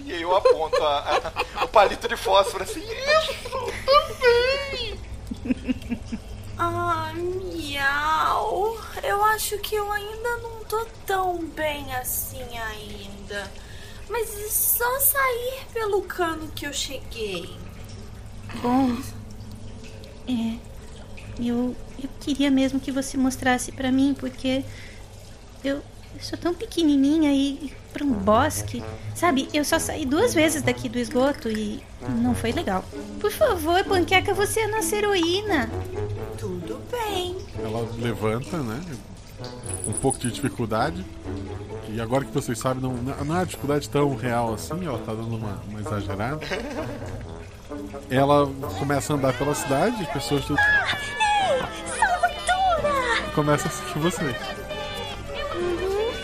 Speaker 5: E aí eu aponto a- a- o palito de fósforo assim, isso também.
Speaker 11: Ah, miau. Eu acho que eu ainda não tô tão bem assim ainda. Mas é só sair pelo cano que eu cheguei.
Speaker 14: Bom, é, eu, eu queria mesmo que você mostrasse pra mim, porque eu, eu sou tão pequenininha e, e pra um bosque, sabe? Eu só saí duas vezes daqui do esgoto e não foi legal. Por favor, Panqueca, você é a nossa heroína.
Speaker 11: Tudo bem.
Speaker 2: Ela levanta, né? Um pouco de dificuldade. E agora que vocês sabem, não, não é uma dificuldade tão real assim, ela tá dando uma, uma exagerada. Ela começa a andar pela cidade, as pessoas tudo
Speaker 11: Salvatona!
Speaker 2: começam a seguir vocês.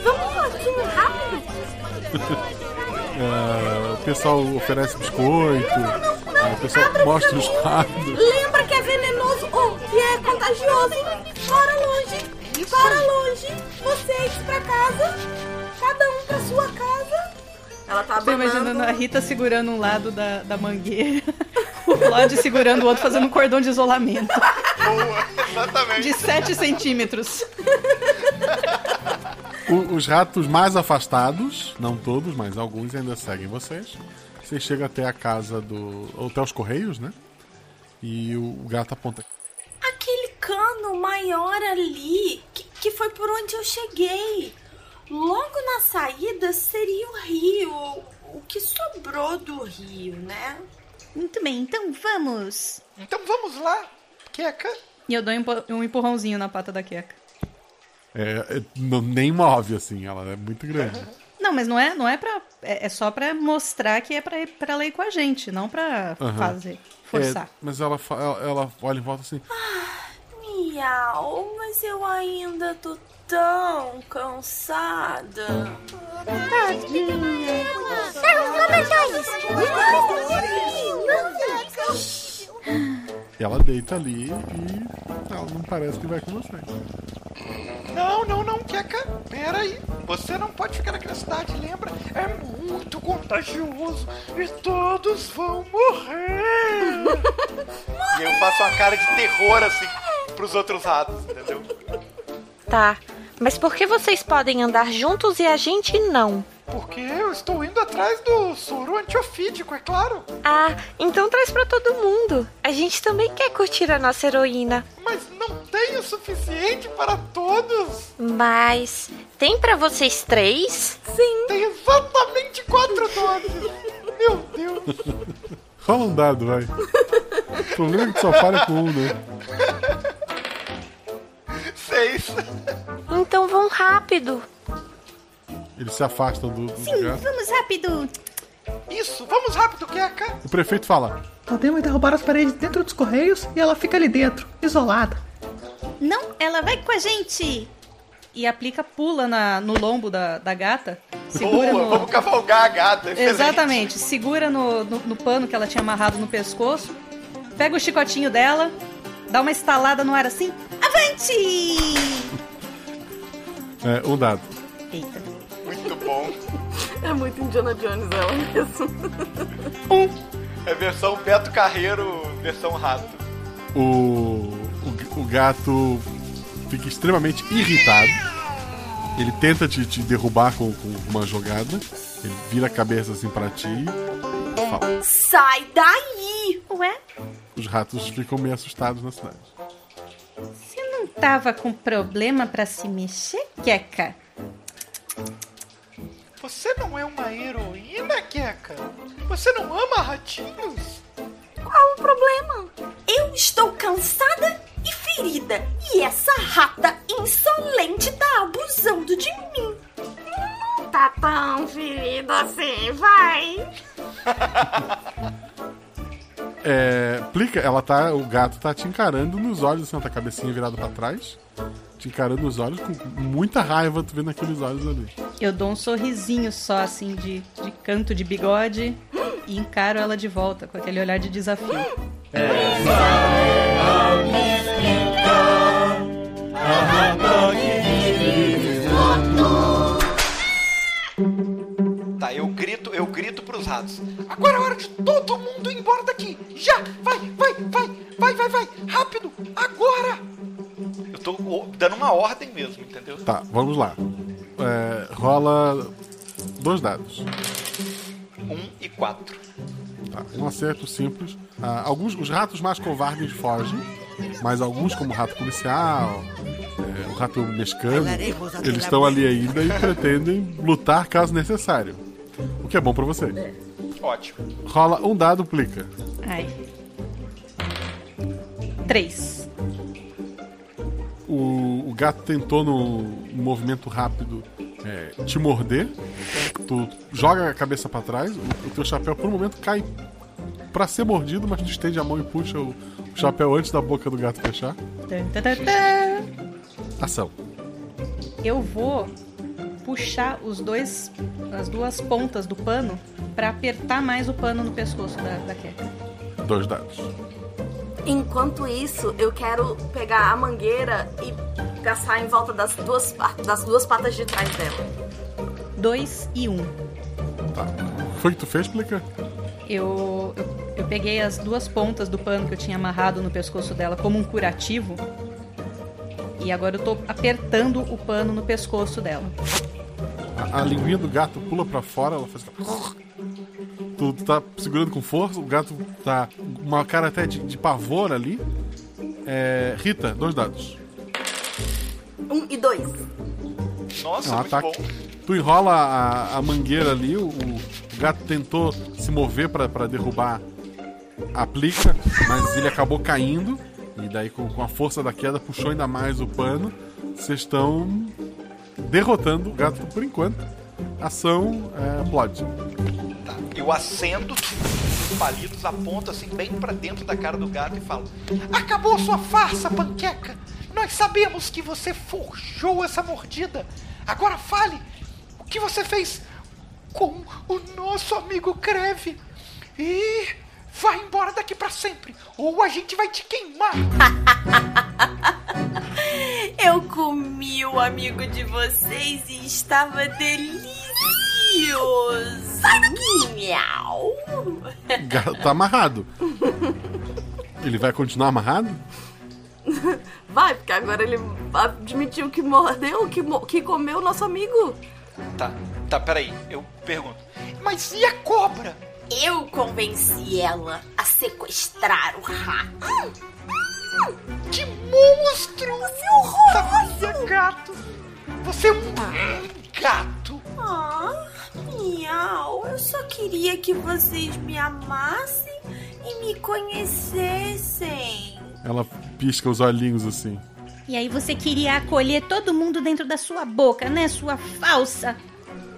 Speaker 11: Vamos lá, time, rápido!
Speaker 2: É, o pessoal oferece biscoito, é, o pessoal mostra os quadros.
Speaker 11: Lembra que é venenoso ou que é contagioso? Bora longe! Bora longe! Vocês pra casa! Cada um pra sua casa! Ela tá
Speaker 20: Tô imaginando a Rita segurando um lado da, da mangueira, *laughs* o Lodge segurando o outro, fazendo um cordão de isolamento
Speaker 5: Exatamente.
Speaker 20: de 7 centímetros.
Speaker 2: O- os ratos mais afastados, não todos, mas alguns ainda seguem vocês. Vocês chegam até a casa do. ou até os correios, né? E o, o gato aponta.
Speaker 11: Aquele cano maior ali, que, que foi por onde eu cheguei. Logo na saída seria o rio, ou o que sobrou do rio, né?
Speaker 14: Muito bem, então vamos.
Speaker 5: Então vamos lá, é Keka.
Speaker 20: E eu dou um empo- um empurrãozinho na pata da Keka.
Speaker 2: É, é, não- nem move, assim, ela é muito grande.
Speaker 20: Não, mas não é, não é pra. É, é só pra mostrar que é pra, ir- pra ela ir com a gente, não pra
Speaker 2: Aham.
Speaker 20: fazer, forçar.
Speaker 2: É, mas ela, fa- ela, ela olha em volta assim.
Speaker 11: Miau, mas eu ainda tô tão cansada. Tadinha.
Speaker 2: Ela deita ali e ela não parece que vai com vocês.
Speaker 5: Não, não, não, Keka. Pera aí. Você não pode ficar naquela cidade, lembra? É muito contagioso e todos vão morrer. *laughs* e eu faço uma cara de terror assim pros outros ratos, entendeu?
Speaker 21: Tá, mas por que vocês podem andar juntos e a gente não?
Speaker 5: Porque eu estou indo atrás do soro antiofídico, é claro.
Speaker 21: Ah, então traz pra todo mundo. A gente também quer curtir a nossa heroína.
Speaker 5: Mas não tem o suficiente para todos.
Speaker 21: Mas tem pra vocês três?
Speaker 5: Sim. Tem exatamente quatro doses. Meu Deus.
Speaker 2: Rola um dado, vai. O problema é que só para com um, né?
Speaker 5: Seis.
Speaker 21: Então vão rápido.
Speaker 2: Eles se afastam do, do
Speaker 14: Sim,
Speaker 2: gato.
Speaker 14: vamos rápido.
Speaker 5: Isso, vamos rápido, Keka.
Speaker 2: O prefeito fala:
Speaker 22: Podemos derrubar as paredes dentro dos correios e ela fica ali dentro, isolada.
Speaker 14: Não, ela vai com a gente. e aplica pula na, no lombo da, da gata.
Speaker 5: Boa,
Speaker 14: no-
Speaker 5: vamos cavalgar a gata. excelente.
Speaker 14: Exatamente. Segura no, no, no pano que ela tinha amarrado no pescoço, pega o chicotinho dela, dá uma estalada no ar assim. Avante!
Speaker 2: É, um dado.
Speaker 14: Eita.
Speaker 5: Muito bom.
Speaker 23: É muito Indiana Jones um ela mesmo.
Speaker 5: É versão Beto Carreiro, versão rato.
Speaker 2: O, o, o gato fica extremamente irritado. Ele tenta te, te derrubar com, com uma jogada. Ele vira a cabeça assim pra ti. e fala.
Speaker 11: Sai daí!
Speaker 14: Ué?
Speaker 2: Os ratos ficam meio assustados na cidade.
Speaker 14: Você não tava com problema pra se mexer, queca?
Speaker 5: Você não é uma heroína, Queca? Você não ama ratinhos?
Speaker 11: Qual o problema? Eu estou cansada e ferida. E essa rata insolente tá abusando de mim. Não tá tão ferida assim, vai.
Speaker 2: É, Plica, ela tá. O gato tá te encarando nos olhos, assim, ela tá com a cabecinha virada pra trás. Te encarando nos olhos com muita raiva, tu vendo aqueles olhos ali.
Speaker 14: Eu dou um sorrisinho só, assim, de, de canto de bigode e encaro ela de volta com aquele olhar de desafio.
Speaker 5: Tá, eu grito, eu grito pros ratos. Agora é hora de todo mundo ir embora daqui! Já! Vai, vai, vai! Vai, vai, vai! Rápido! Agora! Eu tô o- dando uma ordem mesmo, entendeu?
Speaker 2: Tá, vamos lá. É, rola dois dados.
Speaker 5: Um e quatro.
Speaker 2: Tá, um acerto simples. Ah, alguns, os ratos mais covardes fogem, mas alguns, como o rato policial, é, o rato mexicano, eles estão ali ainda e pretendem lutar caso necessário. O que é bom pra você.
Speaker 5: Ótimo.
Speaker 2: Rola um dado, plica.
Speaker 14: Ai. Três.
Speaker 2: O, o gato tentou num movimento rápido é, te morder. Tu joga a cabeça pra trás, o, o teu chapéu por um momento cai pra ser mordido, mas tu estende a mão e puxa o, o chapéu antes da boca do gato fechar.
Speaker 14: Tan, tan, tan, tan.
Speaker 2: Ação.
Speaker 14: Eu vou puxar os dois, as duas pontas do pano pra apertar mais o pano no pescoço da, da Keka.
Speaker 2: Dois dados.
Speaker 23: Enquanto isso, eu quero pegar a mangueira e passar em volta das duas, pa- das duas patas de trás dela.
Speaker 14: Dois e um.
Speaker 2: Tá. Foi o que tu fez, plica?
Speaker 14: Eu, eu, eu peguei as duas pontas do pano que eu tinha amarrado no pescoço dela como um curativo. E agora eu tô apertando o pano no pescoço dela.
Speaker 2: A, a linguinha do gato pula pra fora, ela faz. assim, Tu, tu tá segurando com força, o gato tá com uma cara até de, de pavor ali. É, Rita, dois dados.
Speaker 23: Um e dois.
Speaker 5: Nossa,
Speaker 2: É um
Speaker 5: muito
Speaker 2: ataque.
Speaker 5: bom.
Speaker 2: Tu enrola a, a mangueira ali, o, o gato tentou se mover pra, pra derrubar a plica, mas ele acabou caindo. E daí, com, com a força da queda, puxou ainda mais o pano. Vocês estão derrotando o gato por enquanto. Ação é, plot.
Speaker 5: Tá. Eu acendo os palitos, aponto assim bem pra dentro da cara do gato e falo: Acabou sua farsa, panqueca! Nós sabemos que você forjou essa mordida! Agora fale! O que você fez com o nosso amigo Creve? E vai embora daqui pra sempre! Ou a gente vai te queimar!
Speaker 24: Eu comi o amigo de vocês e estava delicioso. Sai daqui! Miau!
Speaker 2: O gato tá amarrado. Ele vai continuar amarrado?
Speaker 23: Vai, porque agora ele admitiu que mordeu, que, mo- que comeu o nosso amigo.
Speaker 5: Tá, tá, peraí, eu pergunto. Mas e a cobra?
Speaker 24: Eu convenci ela a sequestrar o rato.
Speaker 5: Que monstro! Você é horroroso! gato! Você é um gato!
Speaker 11: Ah, miau, eu só queria que vocês me amassem e me conhecessem.
Speaker 2: Ela pisca os olhinhos assim.
Speaker 25: E aí você queria acolher todo mundo dentro da sua boca, né, sua falsa?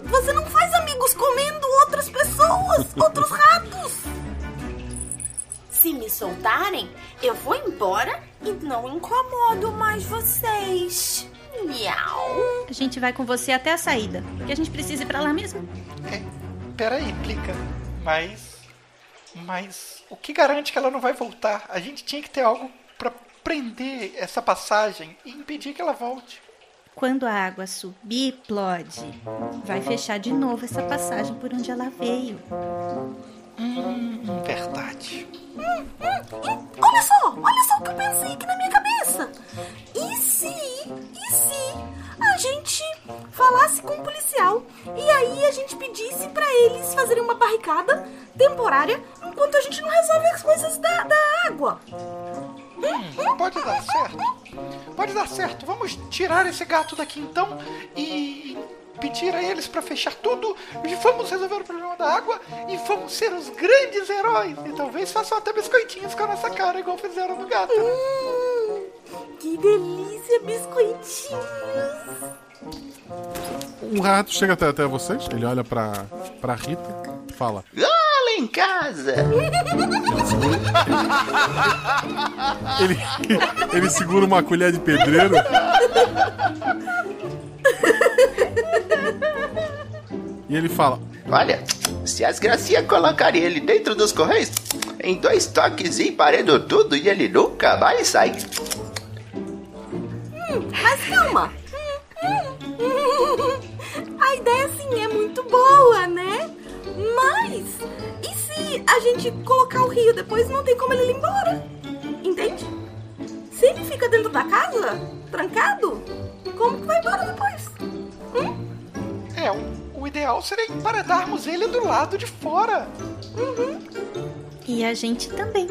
Speaker 11: Você não faz amigos comendo outras pessoas, outros ratos. Se me soltarem, eu vou embora e não incomodo mais vocês. Miau.
Speaker 14: A gente vai com você até a saída, porque a gente precisa ir pra lá mesmo.
Speaker 5: Peraí, Plica. Mas. Mas. O que garante que ela não vai voltar? A gente tinha que ter algo pra prender essa passagem e impedir que ela volte.
Speaker 14: Quando a água subir, Plod, vai fechar de novo essa passagem por onde ela veio.
Speaker 5: Hum, verdade.
Speaker 11: Hum, hum, hum. Olha só, olha só o que eu pensei aqui na minha cabeça. E se, e se a gente falasse com o policial e aí a gente pedisse pra eles fazerem uma barricada temporária enquanto a gente não resolve as coisas da, da água?
Speaker 5: Hum, pode dar certo. Pode dar certo. Vamos tirar esse gato daqui então e pedir a eles pra fechar tudo. E vamos resolver o problema da água e vamos ser os grandes heróis. E talvez façam até biscoitinhos com a nossa cara, igual fizeram no gato.
Speaker 11: Que delícia, biscoitinhos!
Speaker 2: Um rato chega até, até vocês, ele olha pra, pra Rita e fala:
Speaker 12: Ah, lá em casa!
Speaker 2: ele, ele segura uma colher de pedreiro. E ele fala:
Speaker 12: Olha, se as gracinhas colocarem ele dentro dos correios, em dois toques emparendo tudo e ele nunca mais sai.
Speaker 11: Hum, mas calma! Hum, hum. A ideia sim é muito boa, né? Mas e se a gente colocar o rio depois não tem como ele ir embora? Entende? Se ele fica dentro da casa, trancado, como que vai embora depois?
Speaker 5: É, o, o ideal seria emparedarmos ele do lado de fora.
Speaker 14: E a gente também.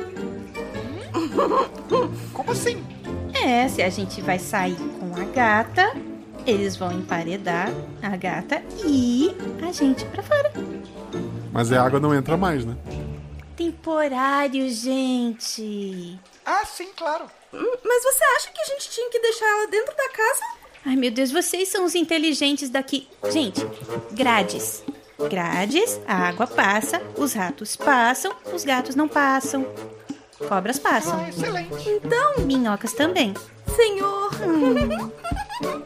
Speaker 5: Como assim?
Speaker 14: É, se a gente vai sair com a gata, eles vão emparedar a gata e a gente pra fora.
Speaker 2: Mas a água não entra mais, né?
Speaker 14: Temporário, gente.
Speaker 5: Ah, sim, claro.
Speaker 11: Mas você acha que a gente tinha que deixar ela dentro da casa?
Speaker 14: Ai, meu Deus, vocês são os inteligentes daqui. Gente, grades. Grades, a água passa, os ratos passam, os gatos não passam. Cobras passam.
Speaker 17: Ah,
Speaker 5: excelente.
Speaker 11: Então,
Speaker 14: Minhocas também.
Speaker 11: Senhor! *laughs*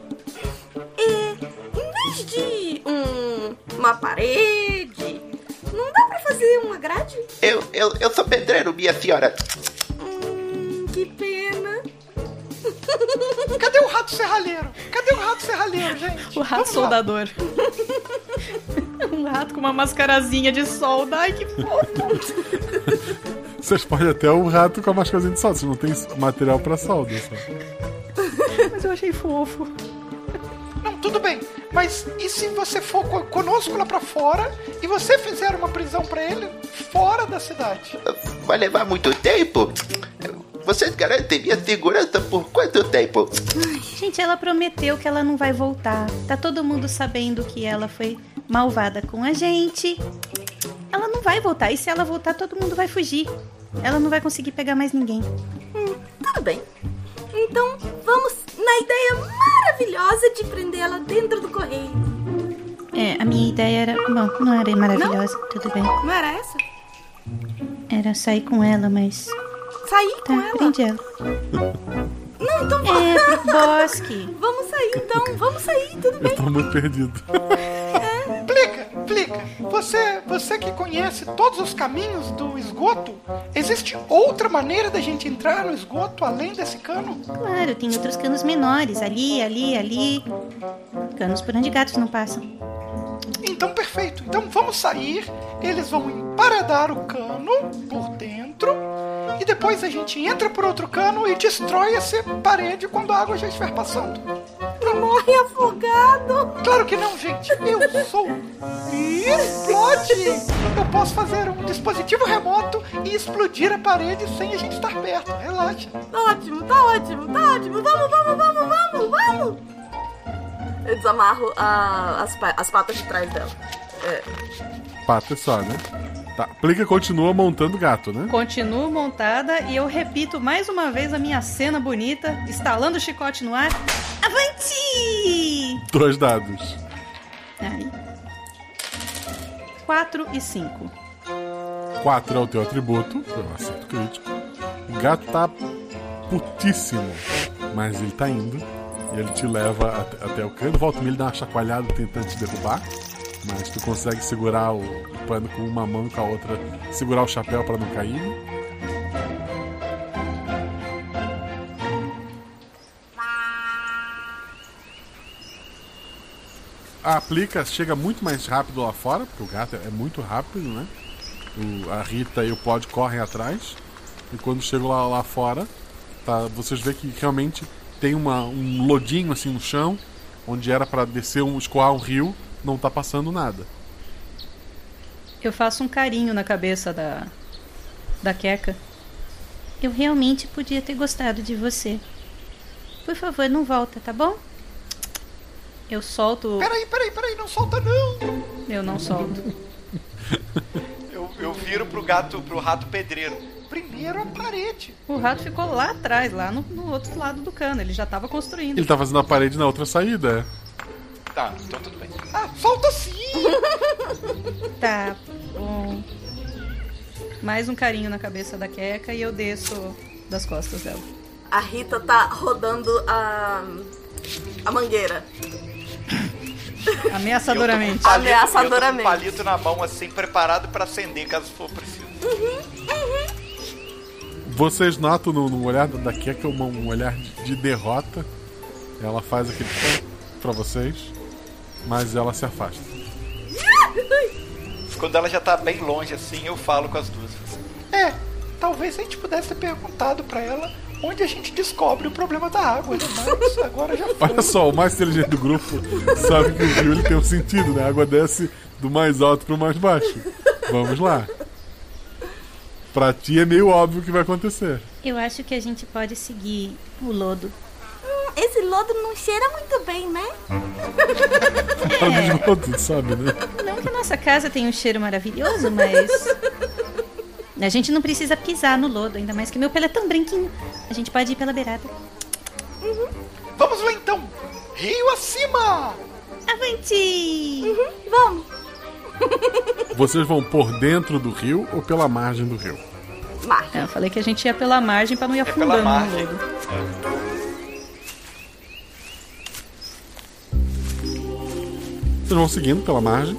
Speaker 11: É, em vez de um, uma parede, não dá pra fazer uma grade?
Speaker 12: Eu, eu, eu sou pedreiro, minha senhora.
Speaker 11: Hum,
Speaker 26: *laughs*
Speaker 11: Que pena!
Speaker 5: Cadê o rato serralheiro? Cadê o rato serralheiro, gente?
Speaker 17: O rato
Speaker 14: *laughs*
Speaker 17: soldador. um rato com uma mascarazinha de solda. Ai, que fofo.
Speaker 2: Vocês podem até o rato com a mascarazinha de solda, vocês não tem material pra né? solda. só.
Speaker 17: Mas eu achei fofo.
Speaker 5: Não, tudo bem. Mas e se você for co- conosco lá pra fora e você fizer uma prisão pra ele fora da cidade?
Speaker 12: Vai levar muito tempo? Vocês garantem minha segurança por quanto tempo?
Speaker 14: Gente, ela prometeu que ela não vai voltar. Tá todo mundo sabendo que ela foi malvada com a gente. Ela não vai voltar. E se ela voltar, todo mundo vai fugir. Ela não vai conseguir pegar mais ninguém.
Speaker 11: Tudo bem. Então, vamos na ideia maravilhosa de prender ela dentro do correio.
Speaker 14: É, a minha ideia era. Bom, não era maravilhosa. Tudo bem.
Speaker 11: Não era essa?
Speaker 14: Era sair com ela, mas.
Speaker 11: Sair
Speaker 14: Tá,
Speaker 11: com ela?
Speaker 14: prende ela.
Speaker 11: Não, então
Speaker 14: É, pro
Speaker 26: tá.
Speaker 14: bosque.
Speaker 11: *laughs* vamos sair então, vamos sair, tudo bem.
Speaker 2: Eu tô muito perdido.
Speaker 5: Plica, plica. Você, você que conhece todos os caminhos do esgoto, existe outra maneira da gente entrar no esgoto além desse cano?
Speaker 14: Claro, tem outros canos menores. Ali, ali, ali. Canos por onde gatos não passam.
Speaker 5: Então, perfeito. Então, vamos sair. Eles vão emparedar o cano por dentro. E depois a gente entra por outro cano e destrói essa parede quando a água já estiver passando.
Speaker 11: Morre afogado.
Speaker 5: Claro que não, gente. Eu sou explode. Eu posso fazer um dispositivo remoto e explodir a parede sem a gente estar perto. Relaxa.
Speaker 11: Tá ótimo, tá ótimo, tá ótimo. Vamos, vamos, vamos, vamos, vamos. Eu desamarro ah, as, pa- as patas de trás dela.
Speaker 2: Pata só, né? Tá, Plica continua montando gato, né?
Speaker 17: Continuo montada e eu repito mais uma vez a minha cena bonita, estalando o chicote no ar. Avante!
Speaker 2: Dois dados.
Speaker 17: Aí. 4 e 5.
Speaker 2: 4 é o teu atributo, foi um acerto crítico. O gato tá putíssimo, mas ele tá indo. E ele te leva at- até o canto. Volta e ele dá uma chacoalhada tentando te derrubar. Mas tu consegue segurar o pano com uma mão, com a outra, segurar o chapéu pra não cair. A aplica chega muito mais rápido lá fora, porque o gato é muito rápido, né? O- a Rita e o Pod correm atrás. E quando chegam lá, lá fora, tá, vocês vê que realmente tem uma, um lodinho assim no chão, onde era pra descer um escoar um rio, não tá passando nada.
Speaker 14: Eu faço um carinho na cabeça da. da Queca. Eu realmente podia ter gostado de você. Por favor, não volta, tá bom? Eu solto.
Speaker 5: Peraí, peraí, peraí, não solta não!
Speaker 14: Eu não solto.
Speaker 5: Eu, eu viro pro gato, pro rato pedreiro. Primeiro a parede.
Speaker 14: O rato ficou lá atrás, lá no, no outro lado do cano. Ele já tava construindo.
Speaker 2: Ele tá fazendo a parede na outra saída. é.
Speaker 5: Tá, então tudo bem. Ah, solta sim!
Speaker 14: Tá bom. Mais um carinho na cabeça da Queca e eu desço das costas dela.
Speaker 11: A Rita tá rodando a. a mangueira.
Speaker 14: Ameaçadoramente.
Speaker 5: Palito-
Speaker 11: Ameaçadoramente.
Speaker 5: Eu tô com um palito na mão assim, preparado pra acender caso for preciso.
Speaker 2: Vocês notam no, no olhar da Keka um, um olhar de, de derrota. Ela faz aquele pra vocês, mas ela se afasta.
Speaker 5: Quando ela já tá bem longe assim, eu falo com as duas. É, talvez a gente pudesse ter perguntado pra ela onde a gente descobre o problema da água, né? Mas *laughs* agora já foi.
Speaker 2: Olha só, o mais inteligente do grupo sabe que o rio ele tem um sentido, né? A água desce do mais alto pro mais baixo. Vamos lá. Pra ti é meio óbvio o que vai acontecer.
Speaker 27: Eu acho que a gente pode seguir o lodo.
Speaker 26: Hum, esse lodo não cheira muito bem, né?
Speaker 2: Tá *laughs* no esgoto, sabe, né?
Speaker 14: Não que a nossa casa tenha um cheiro maravilhoso, mas.
Speaker 27: *laughs* A gente não precisa pisar no lodo, ainda mais que meu pelo é tão branquinho. A gente pode ir pela beirada.
Speaker 5: Vamos lá então! Rio acima!
Speaker 27: Avante!
Speaker 26: vamos!
Speaker 2: Vocês vão por dentro do rio ou pela margem do rio?
Speaker 14: É, eu falei que a gente ia pela margem pra não ir afundando
Speaker 2: É pela
Speaker 14: no
Speaker 2: margem.
Speaker 14: lodo.
Speaker 2: Vocês vão seguindo pela margem,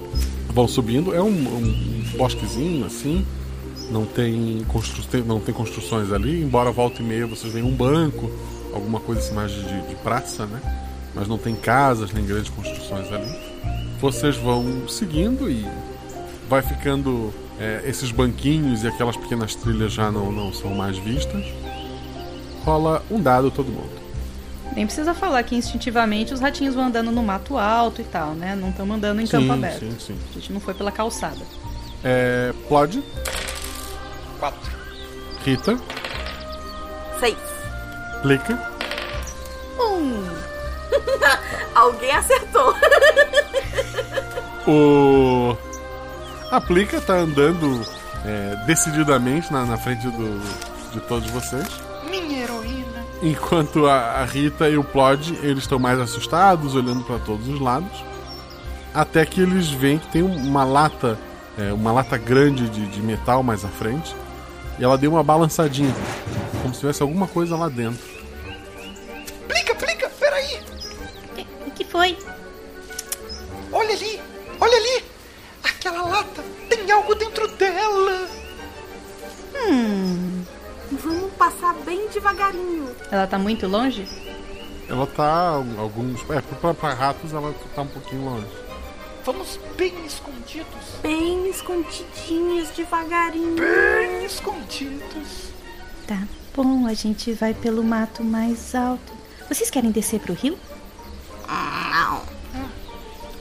Speaker 2: vão subindo. É um, um bosquezinho assim. Não tem, constru... tem- não tem construções ali, embora volta e meia vocês veem um banco, alguma coisa assim mais de, de praça, né? Mas não tem casas nem grandes construções ali. Vocês vão seguindo e vai ficando é, esses banquinhos e aquelas pequenas trilhas já não, não são mais vistas. Rola um dado todo mundo.
Speaker 14: Nem precisa falar que instintivamente os ratinhos vão andando no mato alto e tal, né? Não estão andando em campo aberto.
Speaker 2: sim, sim.
Speaker 14: A gente não foi pela calçada.
Speaker 2: É, Plod,
Speaker 5: Quatro.
Speaker 2: Rita,
Speaker 11: Seis.
Speaker 2: Plica.
Speaker 11: Um. Alguém acertou. *laughs*
Speaker 2: O. Aplica tá andando é, decididamente na, na frente do, de todos vocês.
Speaker 5: Minha heroína.
Speaker 2: Enquanto a, a Rita e o Plod eles estão mais assustados, olhando para todos os lados. Até que eles veem que tem uma lata, é, uma lata grande de, de metal mais à frente. E ela deu uma balançadinha, como se tivesse alguma coisa lá dentro.
Speaker 5: Plica, plica, peraí!
Speaker 27: O que foi?
Speaker 5: Olha ali! Olha ali! Aquela lata tem algo dentro dela!
Speaker 14: Hum.
Speaker 11: Vamos passar bem devagarinho.
Speaker 14: Ela tá muito longe?
Speaker 2: Ela tá alguns. É, pra, pra ratos ela tá um pouquinho longe.
Speaker 5: Vamos bem escondidos.
Speaker 11: Bem escondidinhos, devagarinho.
Speaker 5: Bem escondidos.
Speaker 27: Tá bom, a gente vai pelo mato mais alto. Vocês querem descer pro rio?
Speaker 11: Não.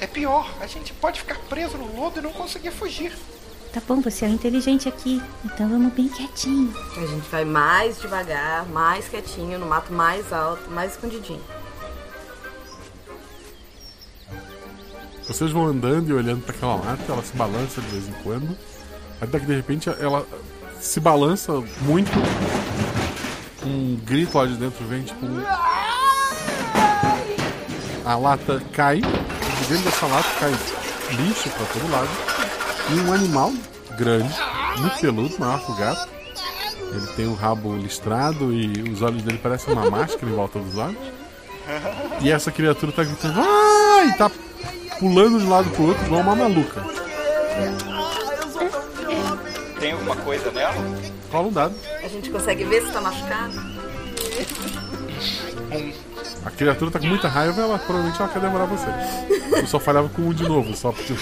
Speaker 5: É pior, a gente pode ficar preso no lodo e não conseguir fugir.
Speaker 27: Tá bom, você é o inteligente aqui, então vamos bem quietinho.
Speaker 11: A gente vai mais devagar, mais quietinho, no mato mais alto, mais escondidinho.
Speaker 2: Vocês vão andando e olhando para aquela lata, ela se balança de vez em quando. Até que de repente ela se balança muito. Um grito lá de dentro vem, tipo. um- A lata cai. De dentro dessa lata cai lixo para todo lado. E um animal grande, muito peludo, maior que o gato. Ele tem o rabo listrado e os olhos dele parecem uma máscara em volta dos olhos. E essa criatura tá gritando. Ah! E tá pulando de um lado pro outro igual uma maluca.
Speaker 5: Tem alguma coisa nela?
Speaker 2: Rola um dado.
Speaker 11: A gente consegue ver se tá machucado?
Speaker 2: A criatura tá com muita raiva, ela provavelmente ela quer demorar você. Eu só falhava com um de novo, só pra te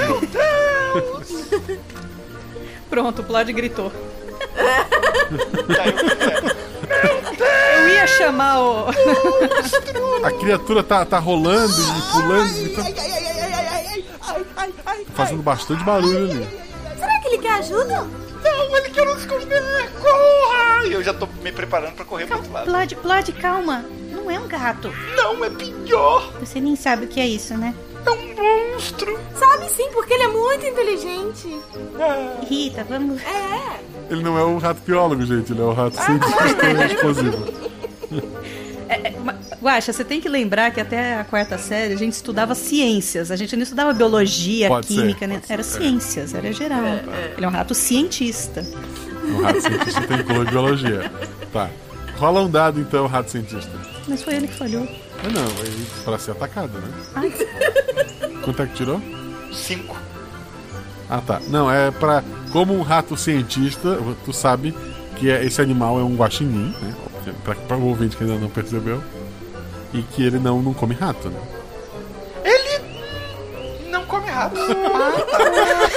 Speaker 14: Pronto, o
Speaker 2: *laughs*
Speaker 14: Plod gritou.
Speaker 2: Tá,
Speaker 14: Eu ia chamar o.
Speaker 2: A criatura tá, tá rolando e pulando e tá fazendo bastante barulho ali.
Speaker 1: Será que ele quer ajuda?
Speaker 5: Não, ele quer nos comer! Corra! E Ah, eu já tô me preparando pra correr pro outro lado.
Speaker 28: Plod, Plod, calma. Não é um gato.
Speaker 5: Não, é pior!
Speaker 28: Você nem sabe o que é isso, né?
Speaker 5: É um monstro!
Speaker 1: Sabe sim, porque ele é muito inteligente.
Speaker 28: Rita, vamos.
Speaker 1: É.
Speaker 2: Ele não é o rato biólogo, gente, ele é o rato cientista extremamente explosivo.
Speaker 14: É, é, ma- Guaxa, você tem que lembrar que até a quarta série a gente estudava ciências. A gente não estudava biologia,
Speaker 2: Pode ser,
Speaker 14: química, né?
Speaker 2: pode ser,
Speaker 14: era
Speaker 2: é.
Speaker 14: ciências, era geral.
Speaker 2: É, é.
Speaker 14: Ele é um rato cientista.
Speaker 2: O rato cientista tem cor de biologia. Tá. Rola um dado então, rato cientista.
Speaker 14: Mas foi ele que falhou.
Speaker 2: Ah, não, é pra ser atacado, né?
Speaker 14: Ah,
Speaker 2: Quanto é que tirou?
Speaker 5: Cinco.
Speaker 2: Ah, tá. Não, é pra. Como um rato cientista, tu sabe que é- esse animal é um guaxinim, né? Que é Pra, pra o ouvinte que ainda não percebeu. E que ele não, não come rato, né?
Speaker 5: Ele não come rato.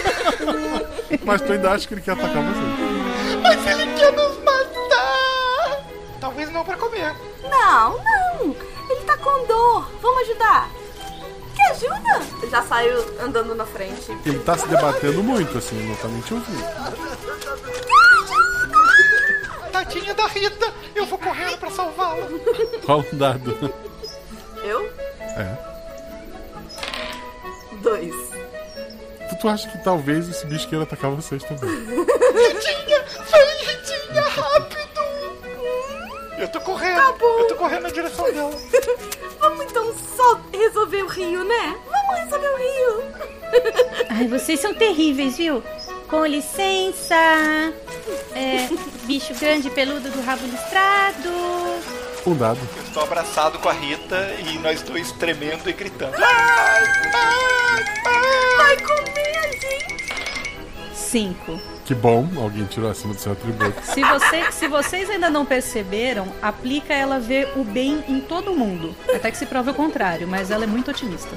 Speaker 5: *laughs*
Speaker 2: Mas tu ainda acha que ele quer atacar você.
Speaker 5: Mas ele quer nos matar! Talvez não pra comer.
Speaker 11: Não, não! Ele tá com dor! Vamos ajudar! Quer ajuda? Eu já saio andando na frente.
Speaker 2: Ele tá se debatendo muito, assim, não tá nem te ouvindo.
Speaker 5: Tadinha da Rita! Eu vou correndo pra salvá-la!
Speaker 2: Rola um dado.
Speaker 11: Eu?
Speaker 2: É.
Speaker 11: Dois.
Speaker 2: Tu, tu acha que talvez esse bicho queira atacar vocês também?
Speaker 5: Ritinha! Vem, Ritinha, rápido! Eu tô correndo!
Speaker 11: Tá bom.
Speaker 5: Eu tô correndo na direção dela!
Speaker 11: Vamos então só resolver o rio, né? Vamos resolver o rio!
Speaker 28: Ai, vocês são terríveis, viu? Com licença. É, bicho grande, peludo do rabo listrado.
Speaker 2: Um dado.
Speaker 5: Eu estou abraçado com a Rita e nós dois tremendo e gritando. Ai, ai, ai.
Speaker 11: Vai comer a gente!
Speaker 14: Cinco.
Speaker 2: Que bom, alguém tirou acima do seu atributo.
Speaker 14: Se, você- se vocês ainda não perceberam, aplica ela ver o bem em todo mundo. Até que se prove o contrário, mas ela é muito otimista.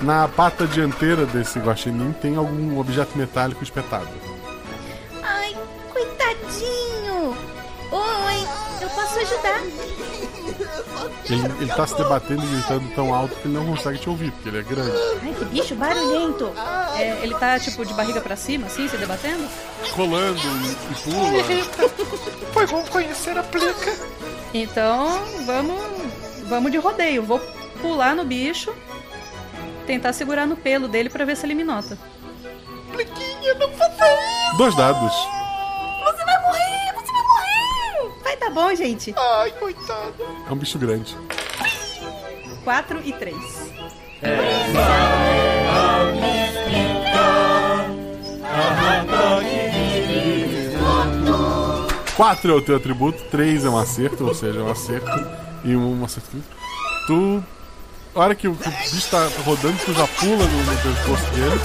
Speaker 2: Na pata dianteira desse guaxinim tem algum objeto metálico espetado.
Speaker 29: Ai, coitadinho! Oi, eu posso ajudar?
Speaker 2: Ele, ele tá se debatendo e gritando tão alto que ele não consegue te ouvir, porque ele é grande.
Speaker 28: Ai, que bicho barulhento.
Speaker 14: É, ele tá, tipo, de barriga pra cima, assim, se debatendo?
Speaker 2: Rolando e, e
Speaker 5: Ai,
Speaker 2: pula.
Speaker 5: Rita! Foi bom conhecer a Plica!
Speaker 14: Então, vamos, vamos de rodeio. Vou pular no bicho, tentar segurar no pelo dele pra ver se ele me nota.
Speaker 5: Pliquinha, não faça isso!
Speaker 2: Dois dados.
Speaker 5: Você vai morrer! Você vai morrer!
Speaker 14: Vai tá bom, gente.
Speaker 5: Ai, coitada!
Speaker 2: É um bicho grande.
Speaker 14: Quatro e três.
Speaker 2: Quatro é o teu atributo, três é um acerto, ou seja, é um acerto e um, um acerto crítico. Tu. A hora que o, que o bicho tá rodando, tu já pula no, no pescoço dele,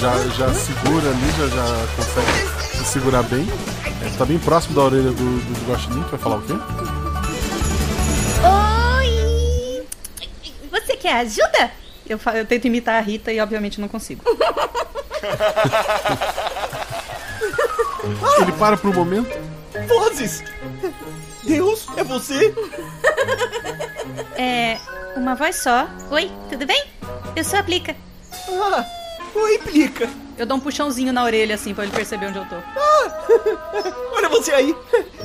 Speaker 2: já, já segura ali, já, já consegue se segurar bem. É, tu tá bem próximo da orelha do, do, do guaxinim, tu vai falar o quê?
Speaker 28: Oi! Você quer ajuda?
Speaker 14: Eu, fa- eu tento imitar a Rita e, obviamente, não consigo.
Speaker 2: Ele para por um momento,
Speaker 22: Vozes! Deus, é você?
Speaker 28: É, uma voz só. Oi, tudo bem? Eu sou a Plica.
Speaker 22: Ah, oi, Plica.
Speaker 14: Eu dou um puxãozinho na orelha, assim, pra ele perceber onde eu tô.
Speaker 22: Olha você aí!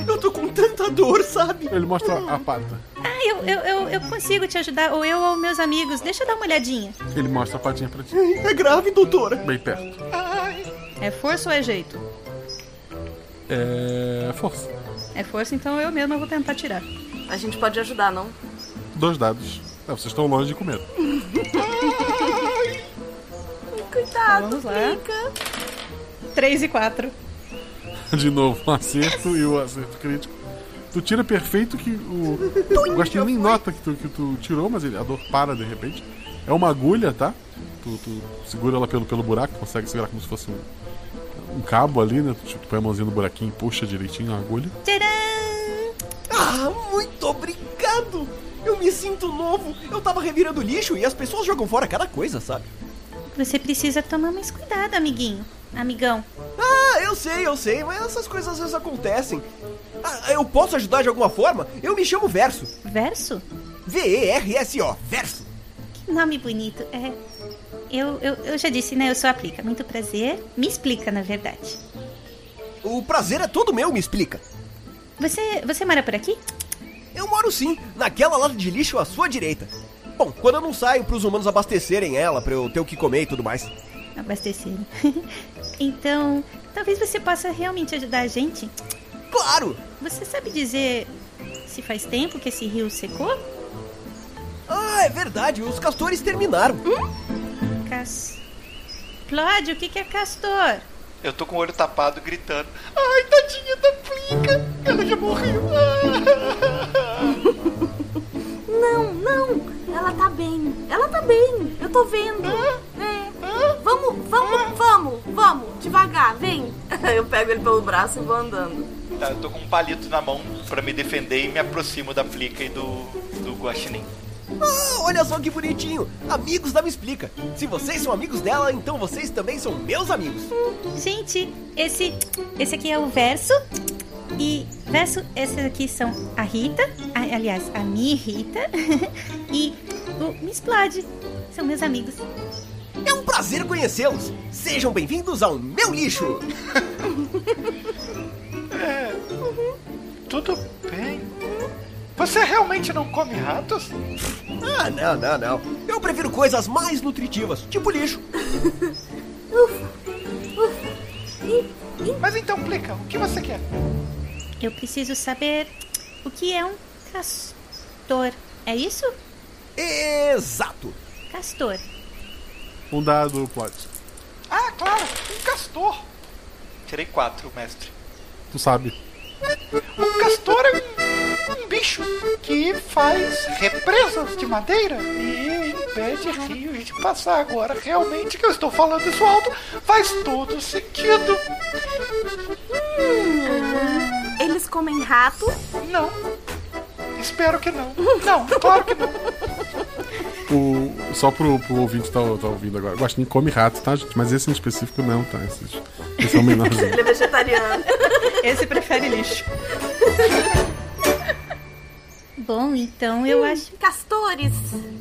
Speaker 22: Eu tô com tanta dor, sabe?
Speaker 2: ele mostra a pata.
Speaker 28: Ah, eu, eu, eu, eu consigo te ajudar, ou eu ou meus amigos. Deixa eu dar uma olhadinha.
Speaker 2: Ele mostra a patinha pra ti,
Speaker 22: É grave, doutora.
Speaker 2: bem perto.
Speaker 14: É força ou é jeito?
Speaker 2: É. Força.
Speaker 14: É força, então eu mesma vou tentar tirar.
Speaker 11: A gente pode ajudar, não?
Speaker 2: Dois dados. Ah, vocês estão longe de comer. *laughs*
Speaker 11: Cuidado,
Speaker 14: Vamos lá.
Speaker 11: Plica!
Speaker 14: Três e quatro.
Speaker 2: De novo, um acerto e o acerto crítico. Tu tira perfeito que o. O Guaxinim nem nota que tu, que tu tirou, mas ele, a dor para de repente. É uma agulha, tá? Tu, tu segura ela pelo, pelo buraco, consegue segurar como se fosse um, um cabo ali, né? Tu, tu põe a mãozinha no buraquinho e puxa direitinho a agulha.
Speaker 22: Ah, muito obrigado! Eu me sinto novo! Eu tava revirando lixo e as pessoas jogam fora cada coisa, sabe?
Speaker 14: Você precisa tomar mais cuidado, amiguinho. Amigão.
Speaker 22: Ah, eu sei, eu sei, mas essas coisas às vezes acontecem. Ah, eu posso ajudar de alguma forma? Eu me chamo Verso.
Speaker 14: Verso?
Speaker 22: V-E-R-S-O, Verso.
Speaker 14: Que nome bonito. É. Eu, eu, eu já disse, né? Eu sou aplica. Muito prazer. Me explica, na verdade.
Speaker 22: O prazer é todo meu, me explica.
Speaker 14: Você, você mora por aqui?
Speaker 22: Eu moro sim, naquela lata de lixo à sua direita. Bom, quando eu não saio pros humanos abastecerem ela pra eu ter o que comer e tudo mais.
Speaker 14: Abastecido. *laughs* então, talvez você possa realmente ajudar a gente.
Speaker 22: Claro!
Speaker 14: Você sabe dizer se faz tempo que esse rio secou?
Speaker 22: Ah, é verdade, os castores terminaram.
Speaker 14: Cas... Plod, o que que é castor?
Speaker 5: Eu tô com o olho tapado gritando. Ai, tadinha da plica! Ela já morreu. Ah!
Speaker 11: Não, não. Ela tá bem. Ela tá bem. Eu tô vendo. É. Vamos, vamos, vamos, vamos. Devagar, vem.
Speaker 13: Eu pego ele pelo braço e vou andando.
Speaker 5: Tá, eu tô com um palito na mão pra me defender e me aproximo da plica e do, do guaxinim.
Speaker 22: Ah, olha só que bonitinho! Amigos da Me Explica. Se vocês são amigos dela, então vocês também são meus amigos.
Speaker 14: Gente, esse, esse aqui é o verso. E verso, esses aqui são a Rita, a- aliás, a minha Rita *laughs* e o Miss Plod. São meus amigos.
Speaker 22: É um prazer conhecê-los. Sejam bem-vindos ao meu lixo.
Speaker 5: Tudo bem. Você realmente não come ratos?
Speaker 22: Ah, não, não, não. Eu prefiro coisas mais nutritivas, tipo lixo.
Speaker 5: Mas então, Plica, o que você quer?
Speaker 14: Eu preciso saber o que é um castor. É isso?
Speaker 22: Exato.
Speaker 14: Castor.
Speaker 2: Um dado, plot.
Speaker 5: Ah, claro, um castor. Tirei quatro, mestre.
Speaker 2: Tu sabe.
Speaker 5: Um castor é um, um bicho que faz represas de madeira e impede rios de passar. Agora, realmente que eu estou falando isso alto, faz todo sentido.
Speaker 11: Eles comem rato?
Speaker 5: Não. Espero que não. Não, claro que não.
Speaker 2: O, só pro, pro ouvinte que tá, tá ouvindo agora. Eu acho que come rato, tá, gente? Mas esse em específico não, tá? Esse, esse é o menorzinho.
Speaker 13: Ele é vegetariano.
Speaker 14: Esse prefere lixo. Bom, então eu acho.
Speaker 11: Castores!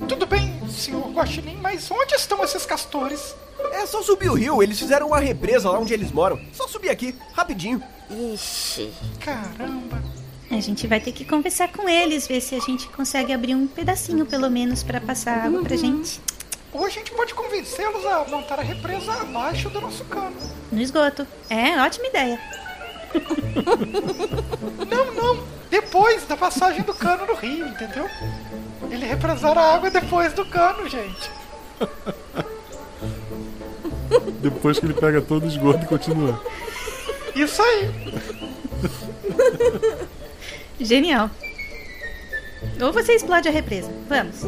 Speaker 5: Tudo bem, senhor Guaxinim, mas onde estão esses castores?
Speaker 22: É só subir o rio, eles fizeram uma represa lá onde eles moram. Só subir aqui, rapidinho.
Speaker 11: Ixi.
Speaker 5: Caramba.
Speaker 14: A gente vai ter que conversar com eles, ver se a gente consegue abrir um pedacinho pelo menos pra passar água pra gente.
Speaker 5: Uhum. Ou a gente pode convencê-los a montar a represa abaixo do nosso cano.
Speaker 14: No esgoto. É, ótima ideia.
Speaker 5: Não, não. Depois da passagem do cano no rio, entendeu? Ele represar a água depois do cano, gente.
Speaker 2: Depois que ele pega todo o esgoto e continua.
Speaker 5: Isso aí.
Speaker 14: Genial. Ou você explode a represa. Vamos.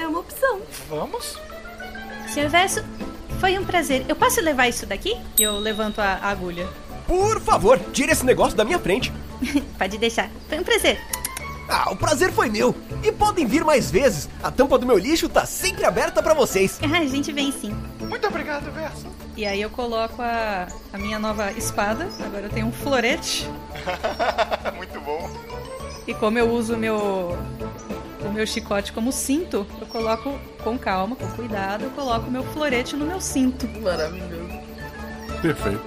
Speaker 11: É uma opção.
Speaker 5: Vamos?
Speaker 14: Senhor Verso, foi um prazer. Eu posso levar isso daqui? Eu levanto a agulha.
Speaker 22: Por favor, tira esse negócio da minha frente.
Speaker 14: *laughs* Pode deixar. Foi um prazer.
Speaker 22: Ah, o prazer foi meu. E podem vir mais vezes. A tampa do meu lixo tá sempre aberta pra vocês.
Speaker 14: Ah, a gente vem sim.
Speaker 5: Muito obrigado, Verso.
Speaker 17: E aí eu coloco a, a minha nova espada. Agora eu tenho um florete.
Speaker 5: *laughs* Muito bom.
Speaker 17: E como eu uso o meu, o meu chicote como cinto, eu coloco com calma, com cuidado, eu coloco o meu florete no meu cinto.
Speaker 13: Maravilhoso.
Speaker 2: Perfeito.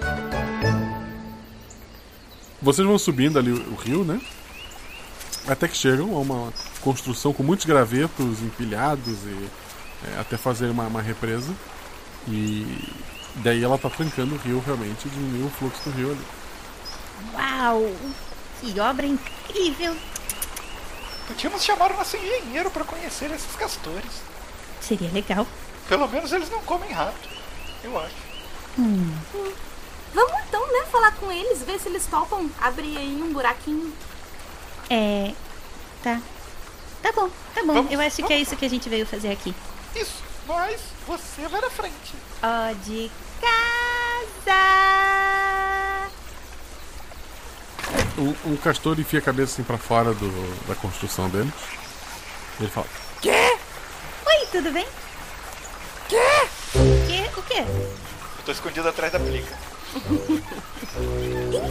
Speaker 2: Vocês vão subindo ali o o rio, né? Até que chegam a uma construção com muitos gravetos empilhados e é, até fazer uma, uma represa. E daí ela tá trancando o rio realmente, e diminui o fluxo do rio ali.
Speaker 14: Uau! Que obra incrível!
Speaker 5: Podíamos chamar o nosso engenheiro para conhecer esses castores.
Speaker 14: Seria legal.
Speaker 5: Pelo menos eles não comem rato. Eu acho.
Speaker 11: Vamos então, né, falar com eles, ver se eles topam abrir aí um buraquinho.
Speaker 14: É. Tá. Tá bom, tá bom. Eu acho que é isso que a gente veio fazer aqui.
Speaker 5: Isso, mas você vai na frente.
Speaker 14: Ó, de casa!
Speaker 2: O, o Um, castor enfia a cabeça assim pra fora do- da construção dele. Ele fala: Quê?
Speaker 14: Oi, tudo bem? Quê? O quê?
Speaker 5: Eu tô escondido atrás da plica.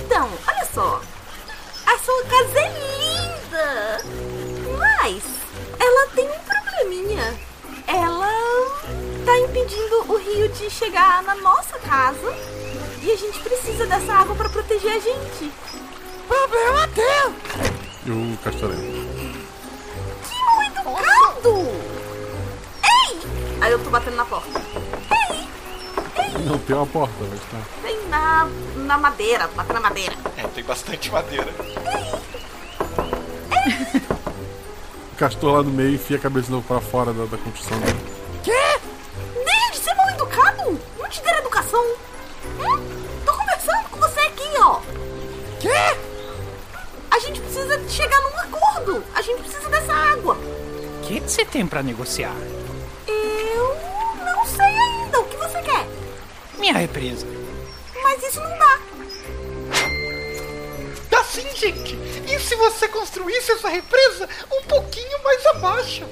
Speaker 11: Então, olha só. A sua casa é linda. Mas ela tem um probleminha. Ela tá impedindo o rio de chegar na nossa casa. E a gente precisa dessa água pra proteger a gente. Problema teu!
Speaker 2: E o castor entra.
Speaker 11: Que mal educado! Ei! Aí eu tô batendo na porta.
Speaker 2: Não tem uma porta, mas tá.
Speaker 11: Tem na, na madeira, batendo na madeira.
Speaker 5: É, tem bastante madeira.
Speaker 2: O castor lá no meio enfia a cabeça de novo pra fora da, da construção dele.
Speaker 11: Quê? Deixa de ser mal educado! Não te deram educação! Hum? Tô conversando com você aqui, ó! Quê? A gente precisa chegar num acordo! A gente precisa dessa água!
Speaker 8: O que você tem pra negociar?
Speaker 11: Eu não sei ainda o que você quer,
Speaker 8: Minha represa.
Speaker 11: mas isso não dá!
Speaker 5: Dá Tá sim, gente! E se você construísse essa represa um pouquinho mais abaixo?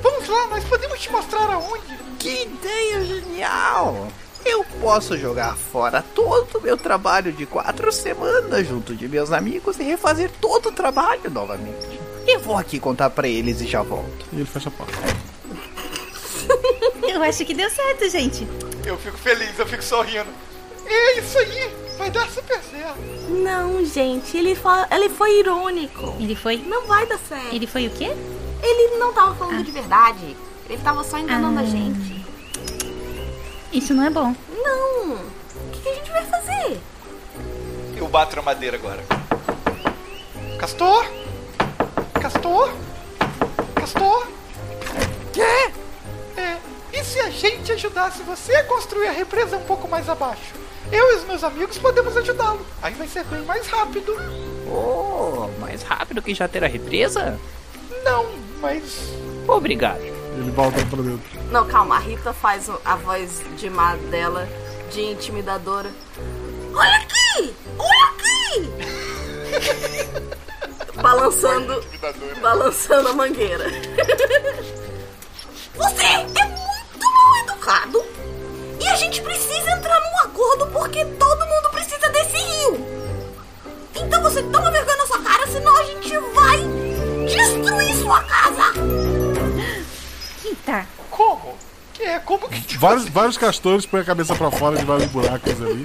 Speaker 5: Vamos lá, nós podemos te mostrar aonde.
Speaker 22: Que ideia genial! Eu posso jogar fora todo o meu trabalho de quatro semanas junto de meus amigos e refazer todo o trabalho novamente. Eu vou aqui contar pra eles e já volto.
Speaker 2: E ele fecha a porta.
Speaker 14: Eu acho que deu certo, gente.
Speaker 5: Eu fico feliz, eu fico sorrindo. É isso aí! Vai dar super certo!
Speaker 11: Não, gente, ele, fa- ele foi irônico.
Speaker 14: Ele foi?
Speaker 11: Não vai dar certo.
Speaker 14: Ele foi o quê?
Speaker 11: Ele não tava falando de verdade. Ele tava só enganando a gente.
Speaker 14: Isso não é bom.
Speaker 11: Não! O que, que a gente vai fazer?
Speaker 5: Eu bato na madeira agora. Castor? Castor? Castor? Quê? É, e se a gente ajudasse você a construir a represa um pouco mais abaixo? Eu e os meus amigos podemos ajudá-lo. Aí vai ser bem mais rápido.
Speaker 8: Oh, mais rápido que já ter a represa?
Speaker 5: Não, mas.
Speaker 8: Obrigado.
Speaker 2: Ele volta pra dentro.
Speaker 13: Não, calma, a Rita faz o- a voz de má dela, de intimidadora.
Speaker 11: Olha aqui! Olha aqui!
Speaker 13: Balançando. balançando a mangueira.
Speaker 11: *laughs* Você é muito mal educado! E a gente precisa entrar num acordo porque todo mundo precisa desse rio! Então você toma vergonha na sua cara, senão a gente vai destruir sua casa!
Speaker 14: Quinta.
Speaker 5: Como? Que é? Como que.
Speaker 2: Vários, vários castores põem a cabeça pra fora de vários buracos ali.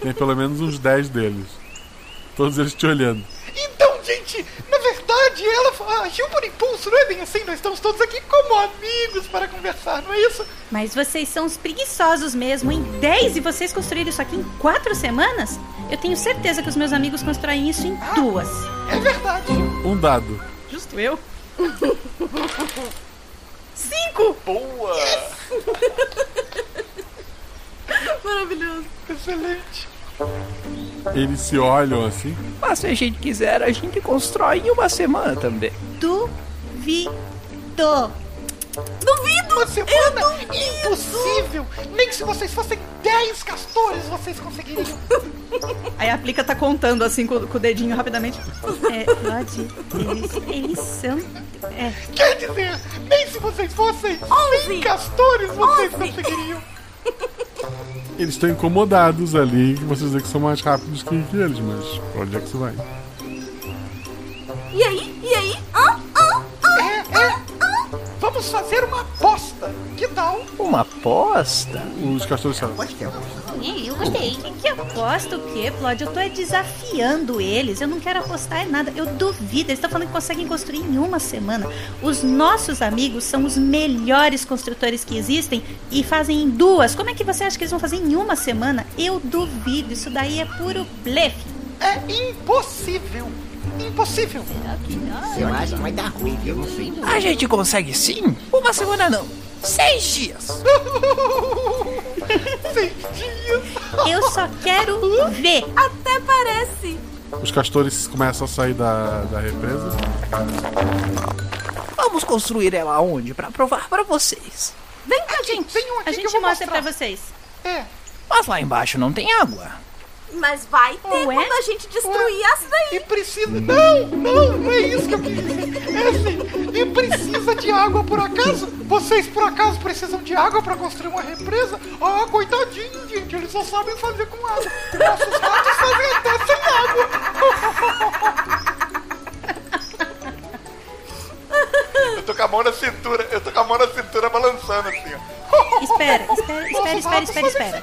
Speaker 2: Tem pelo menos uns 10 deles. Todos eles te olhando.
Speaker 5: Então, gente, na verdade, ela fa- ah, agiu por impulso, não é bem assim? Nós estamos todos aqui como amigos para conversar, não é isso?
Speaker 14: Mas vocês são os preguiçosos mesmo, em 10 e vocês construíram isso aqui em 4 semanas? Eu tenho certeza que os meus amigos constroem isso em
Speaker 17: Ah,
Speaker 14: duas.
Speaker 5: É verdade.
Speaker 2: Um dado.
Speaker 14: Justo eu?
Speaker 5: Cinco! Boa!
Speaker 13: Maravilhoso.
Speaker 5: Excelente.
Speaker 2: Eles se olham assim.
Speaker 8: Mas se a gente quiser, a gente constrói em uma semana também.
Speaker 14: Duvido.
Speaker 5: Duvido! Uma semana impossível! Nem se vocês fossem 10 castores, vocês conseguiriam! *laughs*
Speaker 17: Aí a Plica tá contando assim com, com o dedinho rapidamente.
Speaker 14: É, pode. Eles, eles são. É.
Speaker 5: Quer dizer, nem se vocês fossem 100 castores, vocês conseguiriam!
Speaker 2: Eles estão incomodados ali, que vocês dizem que são mais rápidos que, que eles, mas pra onde é que você vai?
Speaker 11: E aí? E aí? Hã? Hã?
Speaker 5: É, é. Vamos fazer uma aposta! Que tal?
Speaker 8: Uma aposta?
Speaker 2: Os castores sabem.
Speaker 14: Ih, Eu gostei. Que, que aposta o quê, Plod? Eu tô é desafiando eles. Eu não quero apostar em nada. Eu duvido. Eles estão falando que conseguem construir em uma semana. Os nossos amigos são os melhores construtores que existem e fazem em duas. Como é que você acha que eles vão fazer em uma semana? Eu duvido. Isso daí é puro blefe.
Speaker 5: É impossível! Impossível! *laughs*
Speaker 8: Eu acho que vai dar
Speaker 5: ruim, eu não sei.
Speaker 8: A gente consegue sim? Uma semana não. Seis dias.
Speaker 14: Eu só quero ver.
Speaker 11: Até parece!
Speaker 2: Os castores começam a sair da, da represa.
Speaker 22: Vamos construir ela onde para provar para vocês.
Speaker 14: Vem cá, gente. Um a gente mostra para vocês.
Speaker 22: É. Mas lá embaixo não tem água.
Speaker 11: Mas vai ter Ué? quando a gente destruir Ué? as daí.
Speaker 5: E precisa. Não, não, não é isso que eu quis dizer. É assim. E precisa de água por acaso? Vocês por acaso precisam de água para construir uma represa? Ah, coitadinho, gente, eles só sabem fazer com água. Nossos ratos fazem até sem água. Eu tô com a mão na cintura, eu tô com a mão na cintura balançando assim,
Speaker 14: ó. Espera, espera, espera, espera, espera, espera.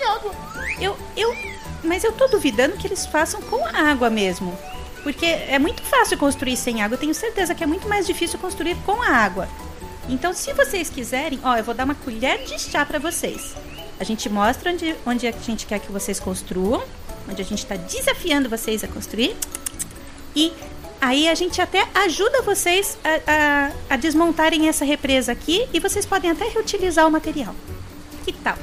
Speaker 14: Eu, eu, mas eu tô duvidando que eles façam com água mesmo. Porque é muito fácil construir sem água. Eu tenho certeza que é muito mais difícil construir com água. Então, se vocês quiserem, ó, eu vou dar uma colher de chá para vocês. A gente mostra onde, onde a gente quer que vocês construam, onde a gente está desafiando vocês a construir. E aí a gente até ajuda vocês a, a, a desmontarem essa represa aqui e vocês podem até reutilizar o material. Que tal?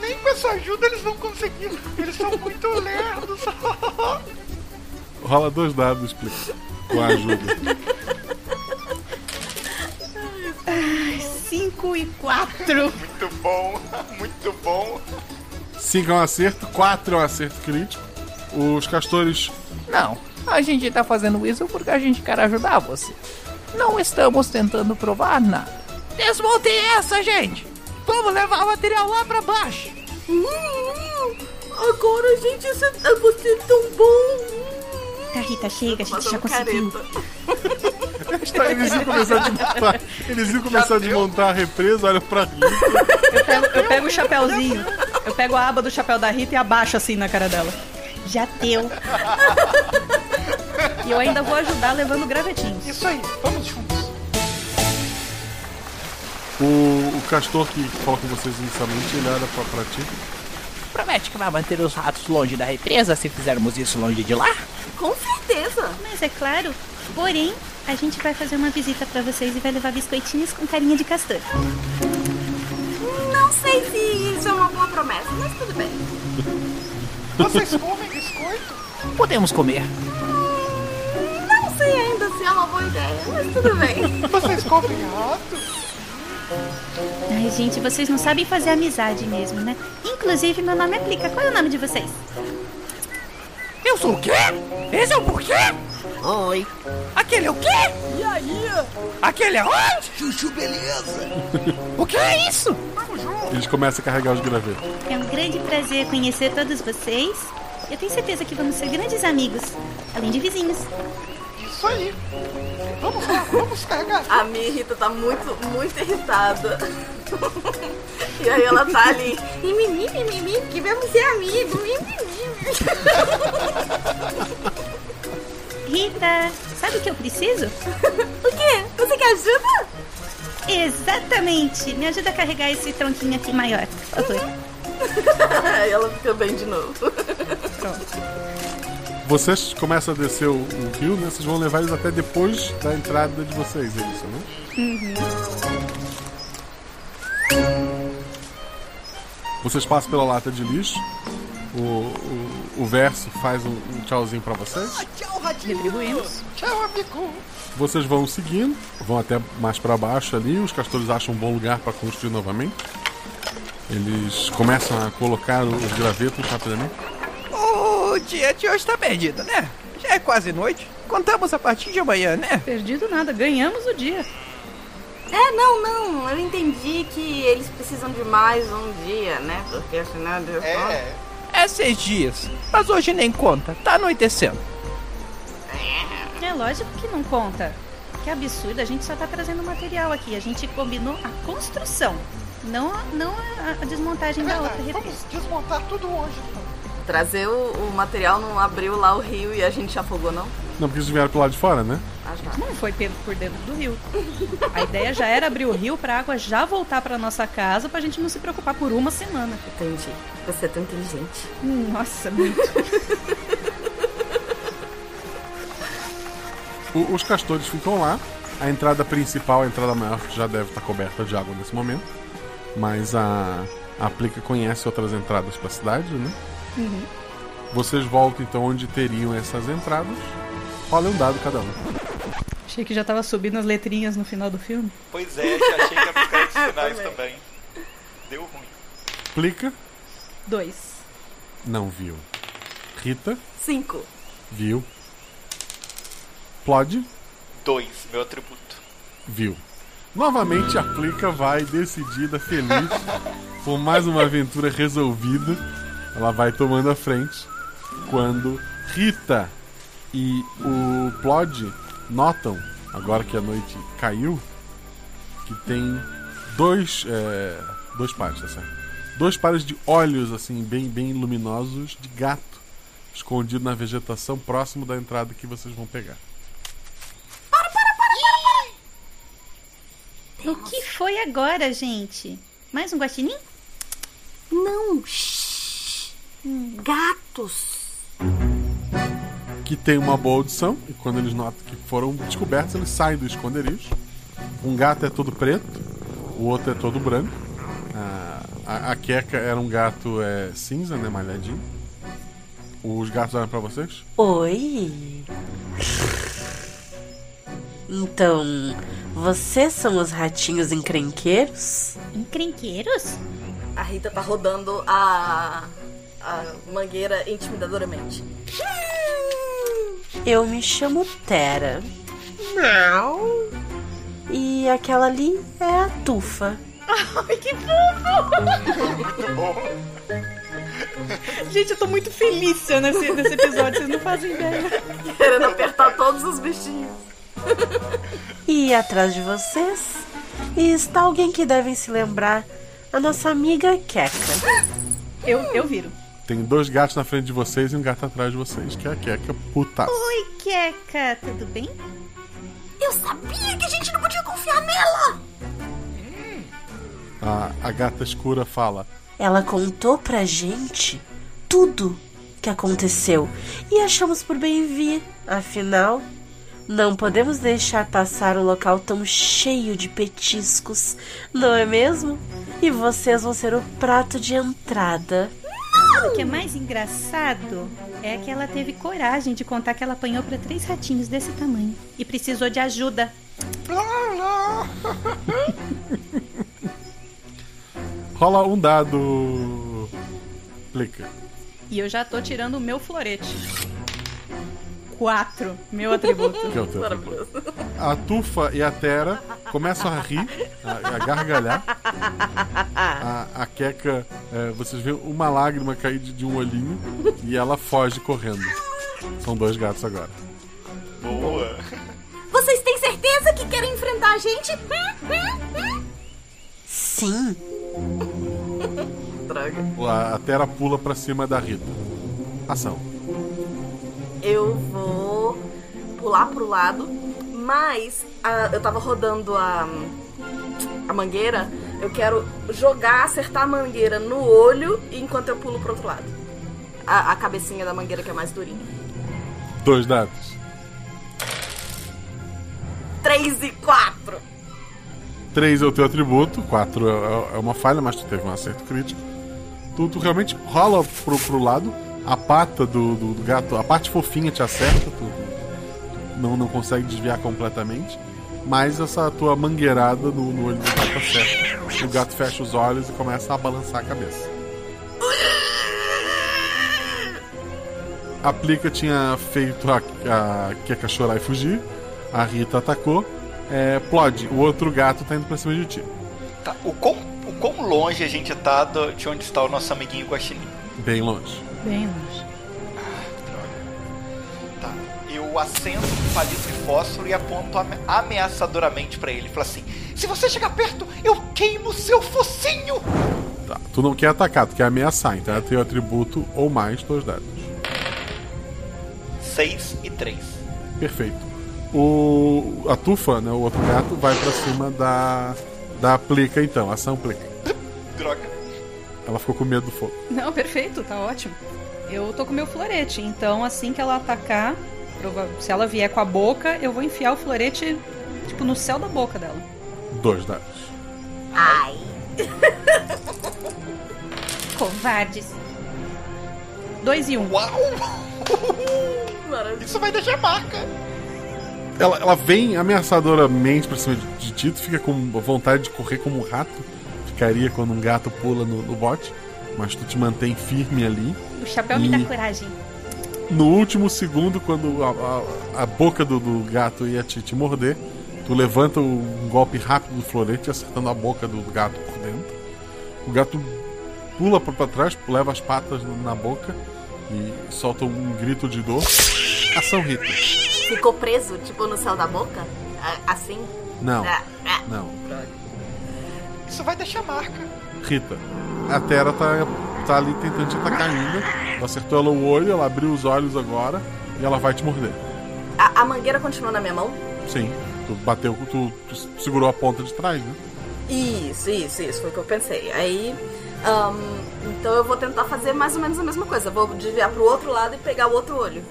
Speaker 5: nem com essa ajuda eles vão conseguir. Eles são muito lerdos.
Speaker 2: Rola dois dados, explica. Com a ajuda.
Speaker 14: Ai, cinco e quatro.
Speaker 5: Muito bom, *laughs* muito bom.
Speaker 2: Cinco é um acerto, quatro é um acerto crítico. Os castores.
Speaker 22: Não, a gente tá fazendo isso porque a gente quer ajudar você. Não estamos tentando provar nada. Desmontem essa, gente! Vamos levar o material lá pra baixo.
Speaker 11: Hum, hum. agora, gente, você, você é tão bom.
Speaker 14: Tá, Rita, chega, a gente já conseguiu.
Speaker 2: Está, Tá, eles iam começar a desmontar, eles iam começar a desmontar a represa, olha pra Rita.
Speaker 17: Eu pego, eu pego o chapéuzinho, eu pego a aba do chapéu da Rita e abaixo assim na cara dela.
Speaker 14: Já deu.
Speaker 17: e eu ainda vou ajudar levando gravetinhos.
Speaker 5: Isso aí, vamos juntos.
Speaker 2: O, o, castor que fala com vocês inicialmente, ele olha pra, pra ti.
Speaker 22: Promete que vai manter os ratos longe da represa se fizermos isso longe de lá?
Speaker 11: Com certeza!
Speaker 14: Mas é claro, porém, a gente vai fazer uma visita para vocês e vai levar biscoitinhos com carinha de castor.
Speaker 11: Não sei se isso é uma boa promessa, mas tudo bem.
Speaker 5: vocês comem biscoito?
Speaker 22: Podemos comer.
Speaker 11: Hum, não sei ainda se é uma boa ideia, mas tudo bem. *laughs*
Speaker 5: vocês comem ratos?
Speaker 14: Ai, gente, vocês não sabem fazer amizade mesmo, né? Inclusive, meu nome é Plica. Qual é o nome de vocês?
Speaker 22: Eu sou o quê? Esse é o porquê?
Speaker 6: Oi.
Speaker 22: Aquele é o quê?
Speaker 6: E aí?
Speaker 22: Aquele é onde?
Speaker 6: Chuchu, beleza.
Speaker 22: *laughs* o que é isso?
Speaker 2: Eles começam a carregar os gravetos.
Speaker 14: É um grande prazer conhecer todos vocês. Eu tenho certeza que vamos ser grandes amigos, além de vizinhos
Speaker 5: isso aí. Vamos lá, vamos carregar.
Speaker 11: A minha Rita tá muito, muito irritada. *laughs* E aí ela tá ali. Mimimi, mimimi, que vamos ser amigos. Mimimi.
Speaker 14: Rita, sabe o que eu preciso?
Speaker 11: O quê? Você quer ajuda?
Speaker 14: Exatamente. Me ajuda a carregar esse tronquinho aqui maior, por favor.
Speaker 11: Aí É, ela fica bem de novo. Pronto
Speaker 2: vocês começam a descer o, o, rio, né? Vocês vão levar eles até depois da entrada de vocês, é isso, né? Uhum. Vocês passam pela lata de lixo. O, o, o verso faz um, um tchauzinho para vocês. Ah,
Speaker 22: tchau, Ratinho!
Speaker 5: Tchau, amigo!
Speaker 2: Vocês vão seguindo, vão até mais para baixo ali. Os castores acham um bom lugar para construir novamente. Eles começam a colocar os gravetos rapidamente.
Speaker 22: O dia de hoje tá perdido, né? Já é quase noite. Contamos a partir de amanhã, né?
Speaker 17: Perdido nada, ganhamos o dia.
Speaker 11: É, não, não. Eu entendi que eles precisam de mais um dia, né? Porque afinal de
Speaker 22: É. É seis dias. Mas hoje nem conta. Tá anoitecendo.
Speaker 14: É lógico que não conta. Que absurdo, a gente só tá trazendo material aqui. A gente combinou a construção, não a, não a, a desmontagem é da outra represa.
Speaker 5: Vamos desmontar tudo hoje, então
Speaker 13: trazer o, o, material não abriu lá o rio e a gente afogou, não?
Speaker 2: Não, porque eles vieram pro lado de fora, né?
Speaker 17: Ah, tá. Não foi pego por dentro do rio. A ideia já era abrir o rio pra água já voltar pra nossa casa pra gente não se preocupar por uma semana.
Speaker 13: Entendi. Você é tão inteligente.
Speaker 17: Nossa, muito.
Speaker 2: o, os castores ficam lá. A entrada principal, a entrada maior, já deve estar coberta de água nesse momento. Mas a, a Aplica conhece outras entradas pra cidade, né?
Speaker 14: Uhum.
Speaker 2: Vocês voltam então onde teriam essas entradas. Olha um dado cada um.
Speaker 14: Achei que já tava subindo as letrinhas no final do filme.
Speaker 5: Pois é, já achei que ia buscar *laughs* esses sinais também. Deu ruim.
Speaker 2: Plica,
Speaker 14: Dois.
Speaker 2: não viu. Rita,
Speaker 11: Cinco.
Speaker 2: viu. Plod,
Speaker 5: Dois, meu atributo.
Speaker 2: viu. Novamente a Plica vai decidida, feliz, por mais uma aventura resolvida. Ela vai tomando a frente quando Rita e o Plod notam, agora que a noite caiu, que tem dois. é, dois pares, tá certo? Dois pares de olhos, assim, bem, bem luminosos, de gato, escondido na vegetação próximo da entrada que vocês vão pegar.
Speaker 14: O que foi agora, gente? Mais um guaxinim?
Speaker 30: Não. shh. Gatos.
Speaker 2: que tem uma boa audição, e quando eles notam que foram descobertos, eles saem do esconderijo. Um gato é todo preto, o outro é todo branco. A- A, a Keka era um gato é, cinza, né, malhadinho. Os gatos olham pra vocês?
Speaker 22: Oi! Então, vocês são os ratinhos encrenqueiros?
Speaker 14: Encrenqueiros?
Speaker 11: A Rita tá rodando a, a mangueira intimidadoramente. *laughs*
Speaker 22: Eu me chamo Tera. Não. E aquela ali é a Tufa.
Speaker 14: Ai, que fofo!
Speaker 5: Muito bom.
Speaker 14: *laughs* Gente, eu tô muito feliz né, nesse, nesse episódio, vocês não fazem ideia.
Speaker 11: Querendo apertar todos os bichinhos.
Speaker 22: E atrás de vocês está alguém que devem se lembrar, a nossa amiga Keka.
Speaker 14: Eu, eu viro.
Speaker 2: Tem dois gatos na frente de vocês e um gato atrás de vocês, que é a Keka puta.
Speaker 14: Oi, Keka, tudo bem?
Speaker 30: Eu sabia que a gente não podia confiar nela.
Speaker 2: A, Ah, a gata escura fala.
Speaker 22: Ela contou pra gente tudo que aconteceu e achamos por bem vir. Afinal, não podemos deixar passar um local tão cheio de petiscos, não é mesmo? E vocês vão ser o prato de entrada.
Speaker 14: Sabe o que é mais engraçado? É que ela teve coragem de contar que ela apanhou pra três ratinhos desse tamanho e precisou de ajuda.
Speaker 2: Rola um dado. Plica.
Speaker 14: E eu já tô tirando o meu florete. Quatro, meu atributo.
Speaker 2: Que é o teu atributo. A Tufa e a Tera começam a rir, a, a gargalhar. A, a Keka, é, vocês veem uma lágrima cair de, de um olhinho e ela foge correndo. São dois gatos agora.
Speaker 5: Boa.
Speaker 30: Vocês têm certeza que querem enfrentar a gente? Hum, hum, hum.
Speaker 22: Sim.
Speaker 11: *laughs* Droga.
Speaker 2: A, a Tera pula pra cima da Rita. Ação.
Speaker 11: Eu vou pular pro lado, mas ah, eu tava rodando a, a mangueira. Eu quero jogar, acertar a mangueira no olho enquanto eu pulo pro outro lado. A, a cabecinha da mangueira que é mais durinha.
Speaker 2: Dois dados.
Speaker 11: 3 e 4.
Speaker 2: Três é o teu atributo, quatro é, é- é uma falha, mas tu teve um acerto crítico. Tu, tu realmente rola pro, pro lado, a pata do, do- do gato, a parte fofinha te acerta, tu, tu não, não consegue desviar completamente, mas essa tua mangueirada no, no olho do gato acerta. O gato fecha os olhos e começa a balançar a cabeça. A Plica tinha feito a, a Keka chorar e fugir, a Rita atacou. É, Plod, o outro gato tá indo pra cima de ti.
Speaker 5: Tá, o, quão, o quão longe a gente tá do- de onde está o nosso amiguinho Guaxinim?
Speaker 2: Bem longe.
Speaker 14: Bem longe.
Speaker 5: Tá. Eu acendo um palito de fósforo e aponto ame- ameaçadoramente pra ele. Fala assim: se você chegar perto, eu queimo seu focinho!
Speaker 2: Tá. Tu não quer atacar, tu quer ameaçar, então é teu atributo ou mais dois dados.
Speaker 5: 6 e 3.
Speaker 2: Perfeito. O. A tufa, né? O outro gato vai pra cima da. Da plica então, ação plica.
Speaker 5: Droga.
Speaker 2: Ela ficou com medo do fogo.
Speaker 14: Não, perfeito, tá ótimo. Eu tô com meu florete, então assim que ela atacar, prova- se ela vier com a boca, eu vou enfiar o florete, tipo, no céu da boca dela.
Speaker 2: Dois dados.
Speaker 14: Covardes. Dois e um.
Speaker 5: Uau! Isso vai deixar marca.
Speaker 2: Ela, ela vem ameaçadoramente pra cima de, de Tito, fica com vontade de correr como um rato. Ficaria quando um gato pula no, no bote. Mas tu te mantém firme ali.
Speaker 12: O chapéu
Speaker 2: E
Speaker 12: me dá coragem.
Speaker 2: No último segundo, quando a, a- a boca do, do gato ia te, te morder, tu levanta um golpe rápido do florete, acertando a boca do gato por dentro. O gato pula pra pra trás, leva as patas na boca e solta um grito de dor. Ação Rita.
Speaker 11: Ficou preso, tipo, no céu da boca? A- Assim?
Speaker 2: Não.
Speaker 11: Ah, ah.
Speaker 2: Não.
Speaker 5: Isso vai deixar marca.
Speaker 2: Rita. A Tera tá, tá ali tentando te atacar ainda. Tu acertou ela o olho, ela abriu os olhos agora e ela vai te morder.
Speaker 11: A, a mangueira continua na minha mão?
Speaker 2: Sim. Tu bateu, tu, tu segurou a ponta de trás, né?
Speaker 11: Isso, isso, isso. Foi o que eu pensei. Aí. ahn, então eu vou tentar fazer mais ou menos a mesma coisa. Vou desviar pro outro lado e pegar o outro olho.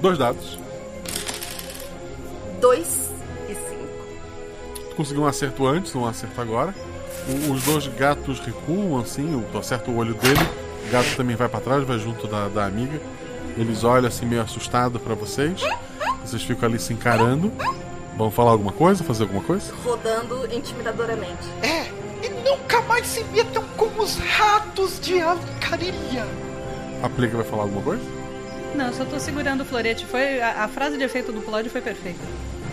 Speaker 2: Dois dados.
Speaker 11: Dois e cinco.
Speaker 2: Tu conseguiu um acerto antes, um acerto agora. O- os dois gatos recuam, assim, o- tu acerta o olho dele, o gato também vai pra trás, vai junto da, da amiga. Eles olham assim meio assustado pra vocês. Vocês ficam ali se encarando. Vão falar alguma coisa, fazer alguma coisa?
Speaker 11: Rodando intimidadoramente.
Speaker 5: É, e nunca mais se metam com os ratos de alcaria.
Speaker 2: A Plica vai falar alguma coisa?
Speaker 14: Não, eu só tô segurando o florete. Foi a, a frase de efeito do Plod foi perfeita.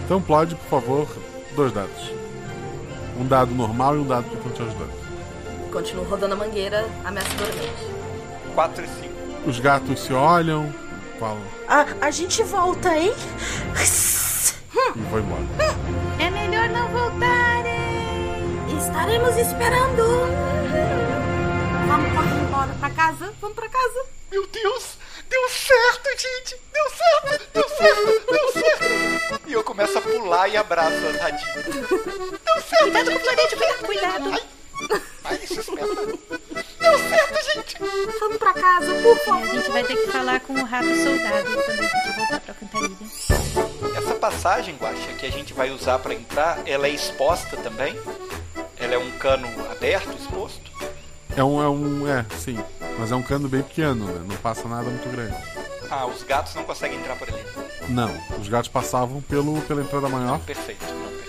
Speaker 2: Então plode, por favor, dois dados. Um dado normal e um dado que estão te ajudando.
Speaker 11: Continuo rodando a mangueira ameaçadoramente.
Speaker 5: 4 e 5.
Speaker 2: Os gatos se olham, falam
Speaker 31: A, a gente volta, hein?
Speaker 2: e vão embora.
Speaker 12: É melhor não voltarem.
Speaker 32: Estaremos esperando. Vamos correr embora pra casa? Vamos pra casa.
Speaker 5: Meu Deus! Deu certo, gente! Deu certo! Deu certo! Deu certo! E eu começo a pular e abraço as ratinhas. Deu certo!
Speaker 12: Cuidado com o florete, cuidado, cuidado.
Speaker 5: Ai, isso é espeta.
Speaker 32: Deu certo, gente. Vamos pra casa, por favor.
Speaker 12: A gente vai ter que falar com o rato soldado quando a gente voltar pra cantarilha.
Speaker 5: Essa passagem, Guaxa, que a gente vai usar pra entrar, ela é exposta também? Ela é um cano aberto, exposto?
Speaker 2: É um, é um, é, sim. Mas é um cano bem pequeno, né? Não passa nada muito grande.
Speaker 5: Ah, os gatos não conseguem entrar por ali.
Speaker 2: Não, os gatos passavam pelo, pela entrada maior.
Speaker 5: Perfeito.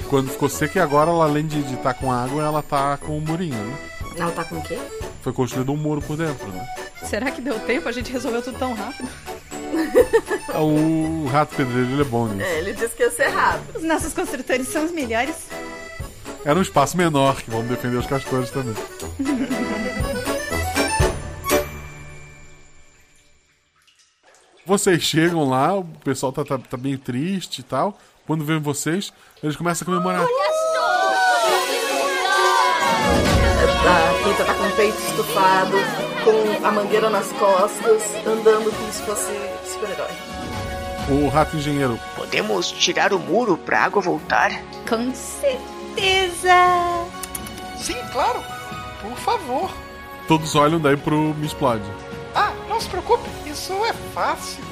Speaker 2: Quando ficou seca e agora, ela, além de estar com água, ela tá com um murinho, né?
Speaker 11: Ela tá com o quê?
Speaker 2: Foi construído um muro por dentro, né?
Speaker 14: Será que deu tempo? A gente resolveu tudo tão rápido.
Speaker 2: É, O, o rato pedreiro, ele é bom nisso.
Speaker 11: É, ele disse que ia ser rápido.
Speaker 14: Os nossos construtores são os melhores.
Speaker 2: Era um espaço menor, que vamos defender os castores também. Vocês chegam lá, o pessoal tá, tá, tá meio triste e tal. Quando vêm vocês, eles começam a comemorar.
Speaker 11: A Rita tá com o peito estufado, com a mangueira nas costas, andando como se fosse super-herói.
Speaker 2: O rato engenheiro.
Speaker 22: Podemos tirar o muro pra água voltar?
Speaker 12: Com certeza.
Speaker 5: Sim, claro! Por favor!
Speaker 2: Todos olham daí pro Me Explode.
Speaker 5: Ah, não se preocupe, isso é fácil.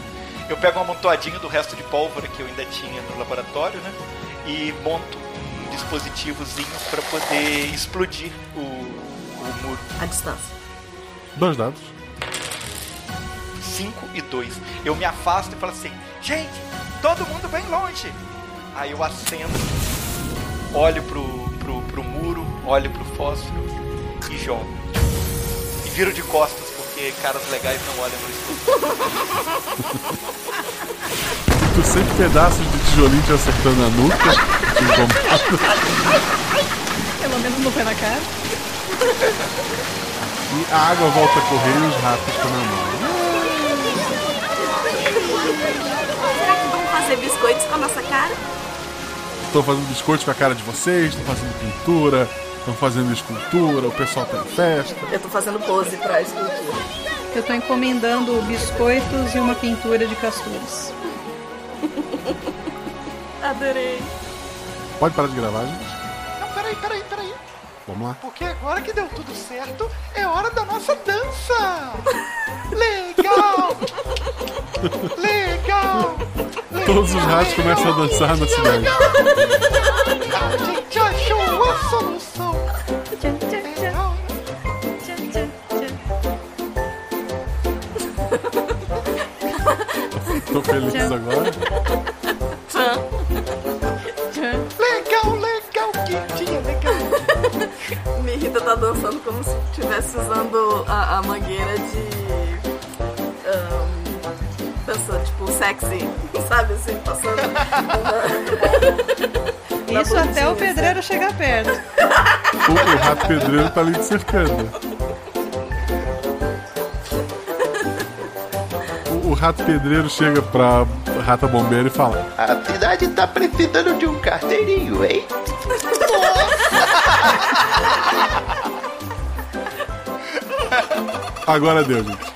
Speaker 5: Eu pego uma montoadinha do resto de pólvora que eu ainda tinha no laboratório, né? E monto um dispositivozinho para poder explodir o, o muro.
Speaker 11: A distância.
Speaker 2: Dois dados.
Speaker 5: 5 e 2. Eu me afasto e falo assim: gente, todo mundo bem longe. Aí eu acendo, olho pro, pro, pro muro, olho pro fósforo e jogo. E viro de costas, porque caras legais não olham pro escuro.
Speaker 2: Tu sente pedaços de tijolinho te acertando na nuca. te incomodando.
Speaker 14: Pelo menos não foi na cara.
Speaker 2: e a água volta a correr e os ratos comemorando.
Speaker 11: Será que vão fazer biscoitos com a nossa cara?
Speaker 2: Estão fazendo biscoito com a cara de vocês, estão fazendo pintura, estão fazendo escultura, o pessoal tá em festa.
Speaker 11: Eu tô fazendo pose pra escultura.
Speaker 14: Eu tô encomendando biscoitos e uma pintura de castores.
Speaker 11: Adorei.
Speaker 2: Pode parar de gravar, gente?
Speaker 5: Não, peraí, peraí, peraí.
Speaker 2: Vamos lá.
Speaker 5: Porque agora que deu tudo certo, é hora da nossa dança! Legal! Legal!
Speaker 2: Todos os ratos começam a dançar na cidade.
Speaker 5: A gente achou a solução! Legal.
Speaker 13: tá dançando como se estivesse usando a, a mangueira de. ahn, dançando, tipo, sexy, *laughs* sabe assim, passando. na- na
Speaker 14: Isso até o
Speaker 13: bundinha,
Speaker 14: pedreiro chegar perto.
Speaker 2: O, o rato pedreiro tá ali te cercando. O, o rato pedreiro chega pra rata bombeira e fala:
Speaker 12: A cidade tá precisando de um carteirinho, hein?
Speaker 2: Agora deu, gente.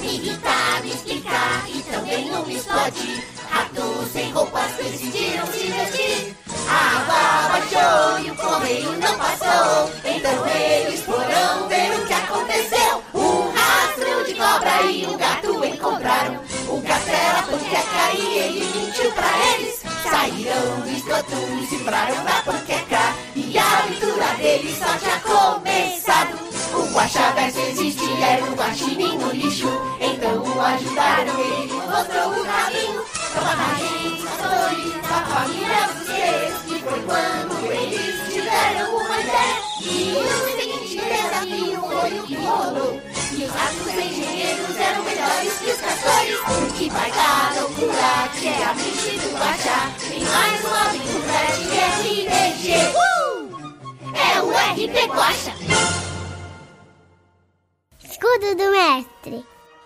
Speaker 1: Me gritar, me explicar e também não me explode. Ratos sem roupas que decidiram se vestir. A água baixou e o correio não passou. Então eles foram ver o que aconteceu. Um rastro de cobra e um gato encontraram. O gato era panqueca e ele mentiu pra eles. Saíram esgotos e praram na panqueca. E a aventura deles só tinha começado. O guaxaverso existia, era um guaxinim no lixo. Então o ajudaram, ele mostrou o caminho. Provavelmente as flores, a família dos seres. E foi quando eles tiveram uma ideia. E o seguinte desafio foi o que rolou. E os ratos engenheiros eram melhores que os castores. O que vai dar loucura, que é a mente do guaxá. Tem mais uma aventura de RPG. Uh! É o RP Guaxa.
Speaker 2: Escudo do mestre.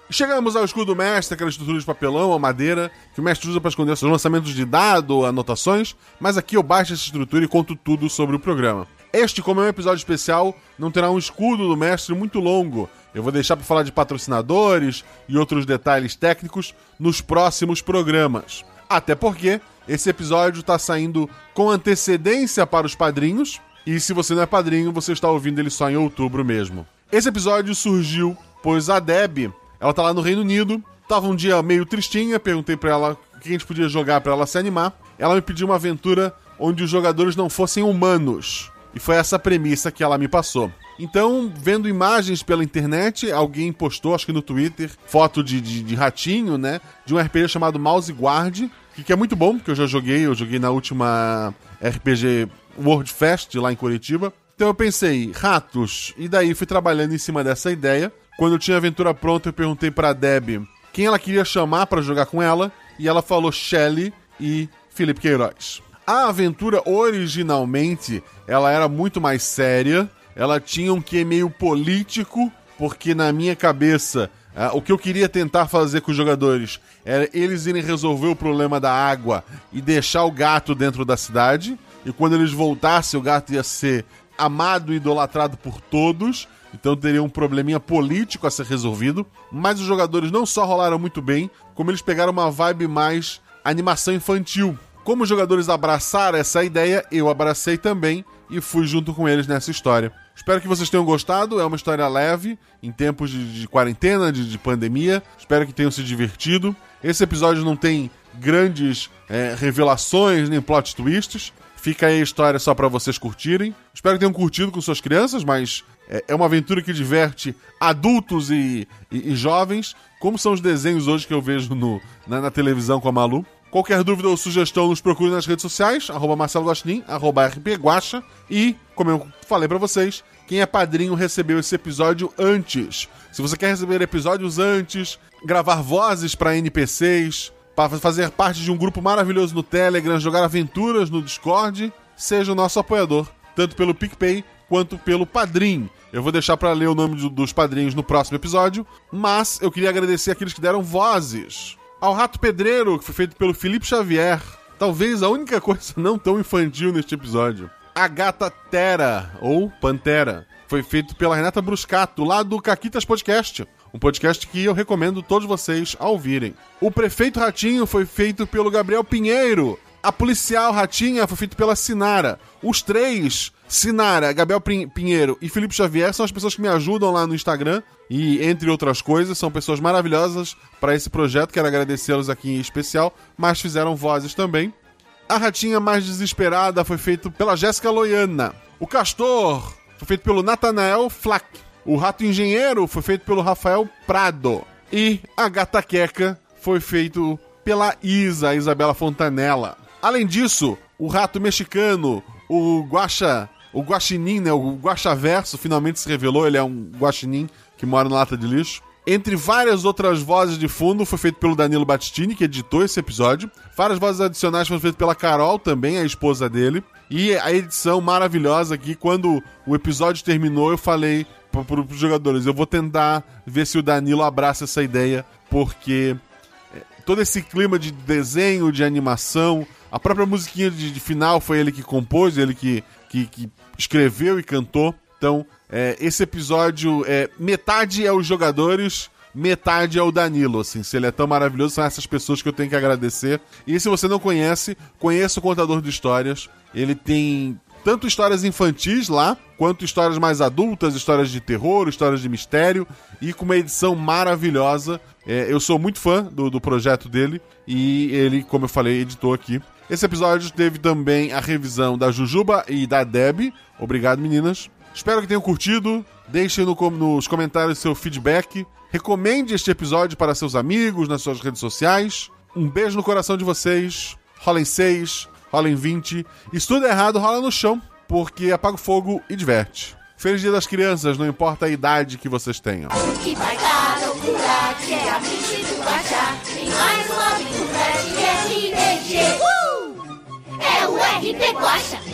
Speaker 2: Chegamos ao escudo mestre, aquela estrutura de papelão ou madeira que o mestre usa para esconder seus lançamentos de dado ou anotações, mas aqui eu baixo essa estrutura e conto tudo sobre o programa. Este, como é um episódio especial, não terá um escudo do mestre muito longo. Eu vou deixar para falar de patrocinadores e outros detalhes técnicos nos próximos programas. Até porque esse episódio está saindo com antecedência para os padrinhos, e se você não é padrinho, você está ouvindo ele só em outubro mesmo. Esse episódio surgiu pois a Deb, ela tá lá no Reino Unido, tava um dia meio tristinha, perguntei pra ela o que a gente podia jogar pra ela se animar. Ela me pediu uma aventura onde os jogadores não fossem humanos. E foi essa premissa que ela me passou. Então, vendo imagens pela internet, alguém postou, acho que no Twitter, foto de, de- de ratinho, né? De um RPG chamado Mouse Guard, que, que é muito bom, porque eu já joguei, eu joguei na última RPG World Fest lá em Curitiba. Então eu pensei, ratos. E daí fui trabalhando em cima dessa ideia. Quando eu tinha a aventura pronta, eu perguntei pra Deb quem ela queria chamar pra jogar com ela. E ela falou Shelley e Felipe Queiroz. A aventura, originalmente, ela era muito mais séria. Ela tinha um quê meio político, porque na minha cabeça, ah, o que eu queria tentar fazer com os jogadores era eles irem resolver o problema da água e deixar o gato dentro da cidade. E quando eles voltassem, o gato ia ser amado e idolatrado por todos. Então teria um probleminha político a ser resolvido. Mas os jogadores não só rolaram muito bem, como eles pegaram uma vibe mais animação infantil. Como os jogadores abraçaram essa ideia, eu abracei também e fui junto com eles nessa história. Espero que vocês tenham gostado. É uma história leve, em tempos de, de quarentena, de, de pandemia. Espero que tenham se divertido. Esse episódio não tem grandes eh, revelações nem plot twists. Fica aí a história só pra vocês curtirem. Espero que tenham curtido com suas crianças, mas é é uma aventura que diverte adultos e, e- e jovens, como são os desenhos hoje que eu vejo no- na, na televisão com a Malu. Qualquer dúvida ou sugestão, nos procure nas redes sociais, arroba Marcelo Gostin, arroba rpguacha. E, como eu falei pra vocês, quem é padrinho recebeu esse episódio antes. Se você quer receber episódios antes, gravar vozes pra NPCs, para fazer parte de um grupo maravilhoso no Telegram, jogar aventuras no Discord, seja o nosso apoiador, tanto pelo PicPay quanto pelo Padrim. Eu vou deixar para ler o nome do- dos padrinhos no próximo episódio, mas eu queria agradecer aqueles que deram vozes. Ao Rato Pedreiro, que foi feito pelo Felipe Xavier, talvez a única coisa não tão infantil neste episódio. A Gata Tera, ou Pantera, foi feito pela Renata Bruscato, lá do Caquitas Podcast. Um podcast que eu recomendo todos vocês a ouvirem. O Prefeito Ratinho foi feito pelo Gabriel Pinheiro. A Policial Ratinha foi feito pela Sinara. Os três, Sinara, Gabriel Pin- Pinheiro e Felipe Xavier, são as pessoas que me ajudam lá no Instagram. E, entre outras coisas, são pessoas maravilhosas para esse projeto. Quero agradecê-los aqui em especial, mas fizeram vozes também. A Ratinha Mais Desesperada foi feito pela Jéssica Loiana. O Castor foi feito pelo Nathanael Flack. O Rato Engenheiro foi feito pelo Rafael Prado. E a Gata Queca foi feito pela Isa, Isabela Fontanella. Além disso, o rato mexicano, o guaxa, o guaxinim, né, o guaxaverso finalmente se revelou, ele é um guaxinim que mora na lata de lixo. Entre várias outras vozes de fundo, foi feito pelo Danilo Battistini, que editou esse episódio. Várias vozes adicionais foram feitas pela Carol também, a esposa dele. E a edição maravilhosa que quando o episódio terminou, eu falei pro- pro- pros jogadores, eu vou tentar ver se o Danilo abraça essa ideia, porque todo esse clima de desenho, de animação. A própria musiquinha de, de final foi ele que compôs, ele que, que, que escreveu e cantou. Então, é, esse episódio é metade é os jogadores, metade é o Danilo. Assim, se ele é tão maravilhoso, são essas pessoas que eu tenho que agradecer. E se você não conhece, conheça o Contador de Histórias. Ele tem tanto histórias infantis lá, quanto histórias mais adultas, histórias de terror, histórias de mistério, e com uma edição maravilhosa. É, eu sou muito fã do, do projeto dele, e ele, como eu falei, editou aqui. Esse episódio teve também a revisão da Jujuba e da Deb. Obrigado, meninas. Espero que tenham curtido. Deixem no com- nos comentários seu feedback. Recomende este episódio para seus amigos, nas suas redes sociais. Um beijo no coração de vocês. Rolem 6, rolem 20. E se tudo é errado, rola no chão, porque apaga o fogo e diverte. Feliz Dia das Crianças, não importa a idade que vocês tenham.
Speaker 1: Que vai dar novidade é a mente do Guaxá. Tem mais uma aventura de RPG. Uh! É o RP Guaxa.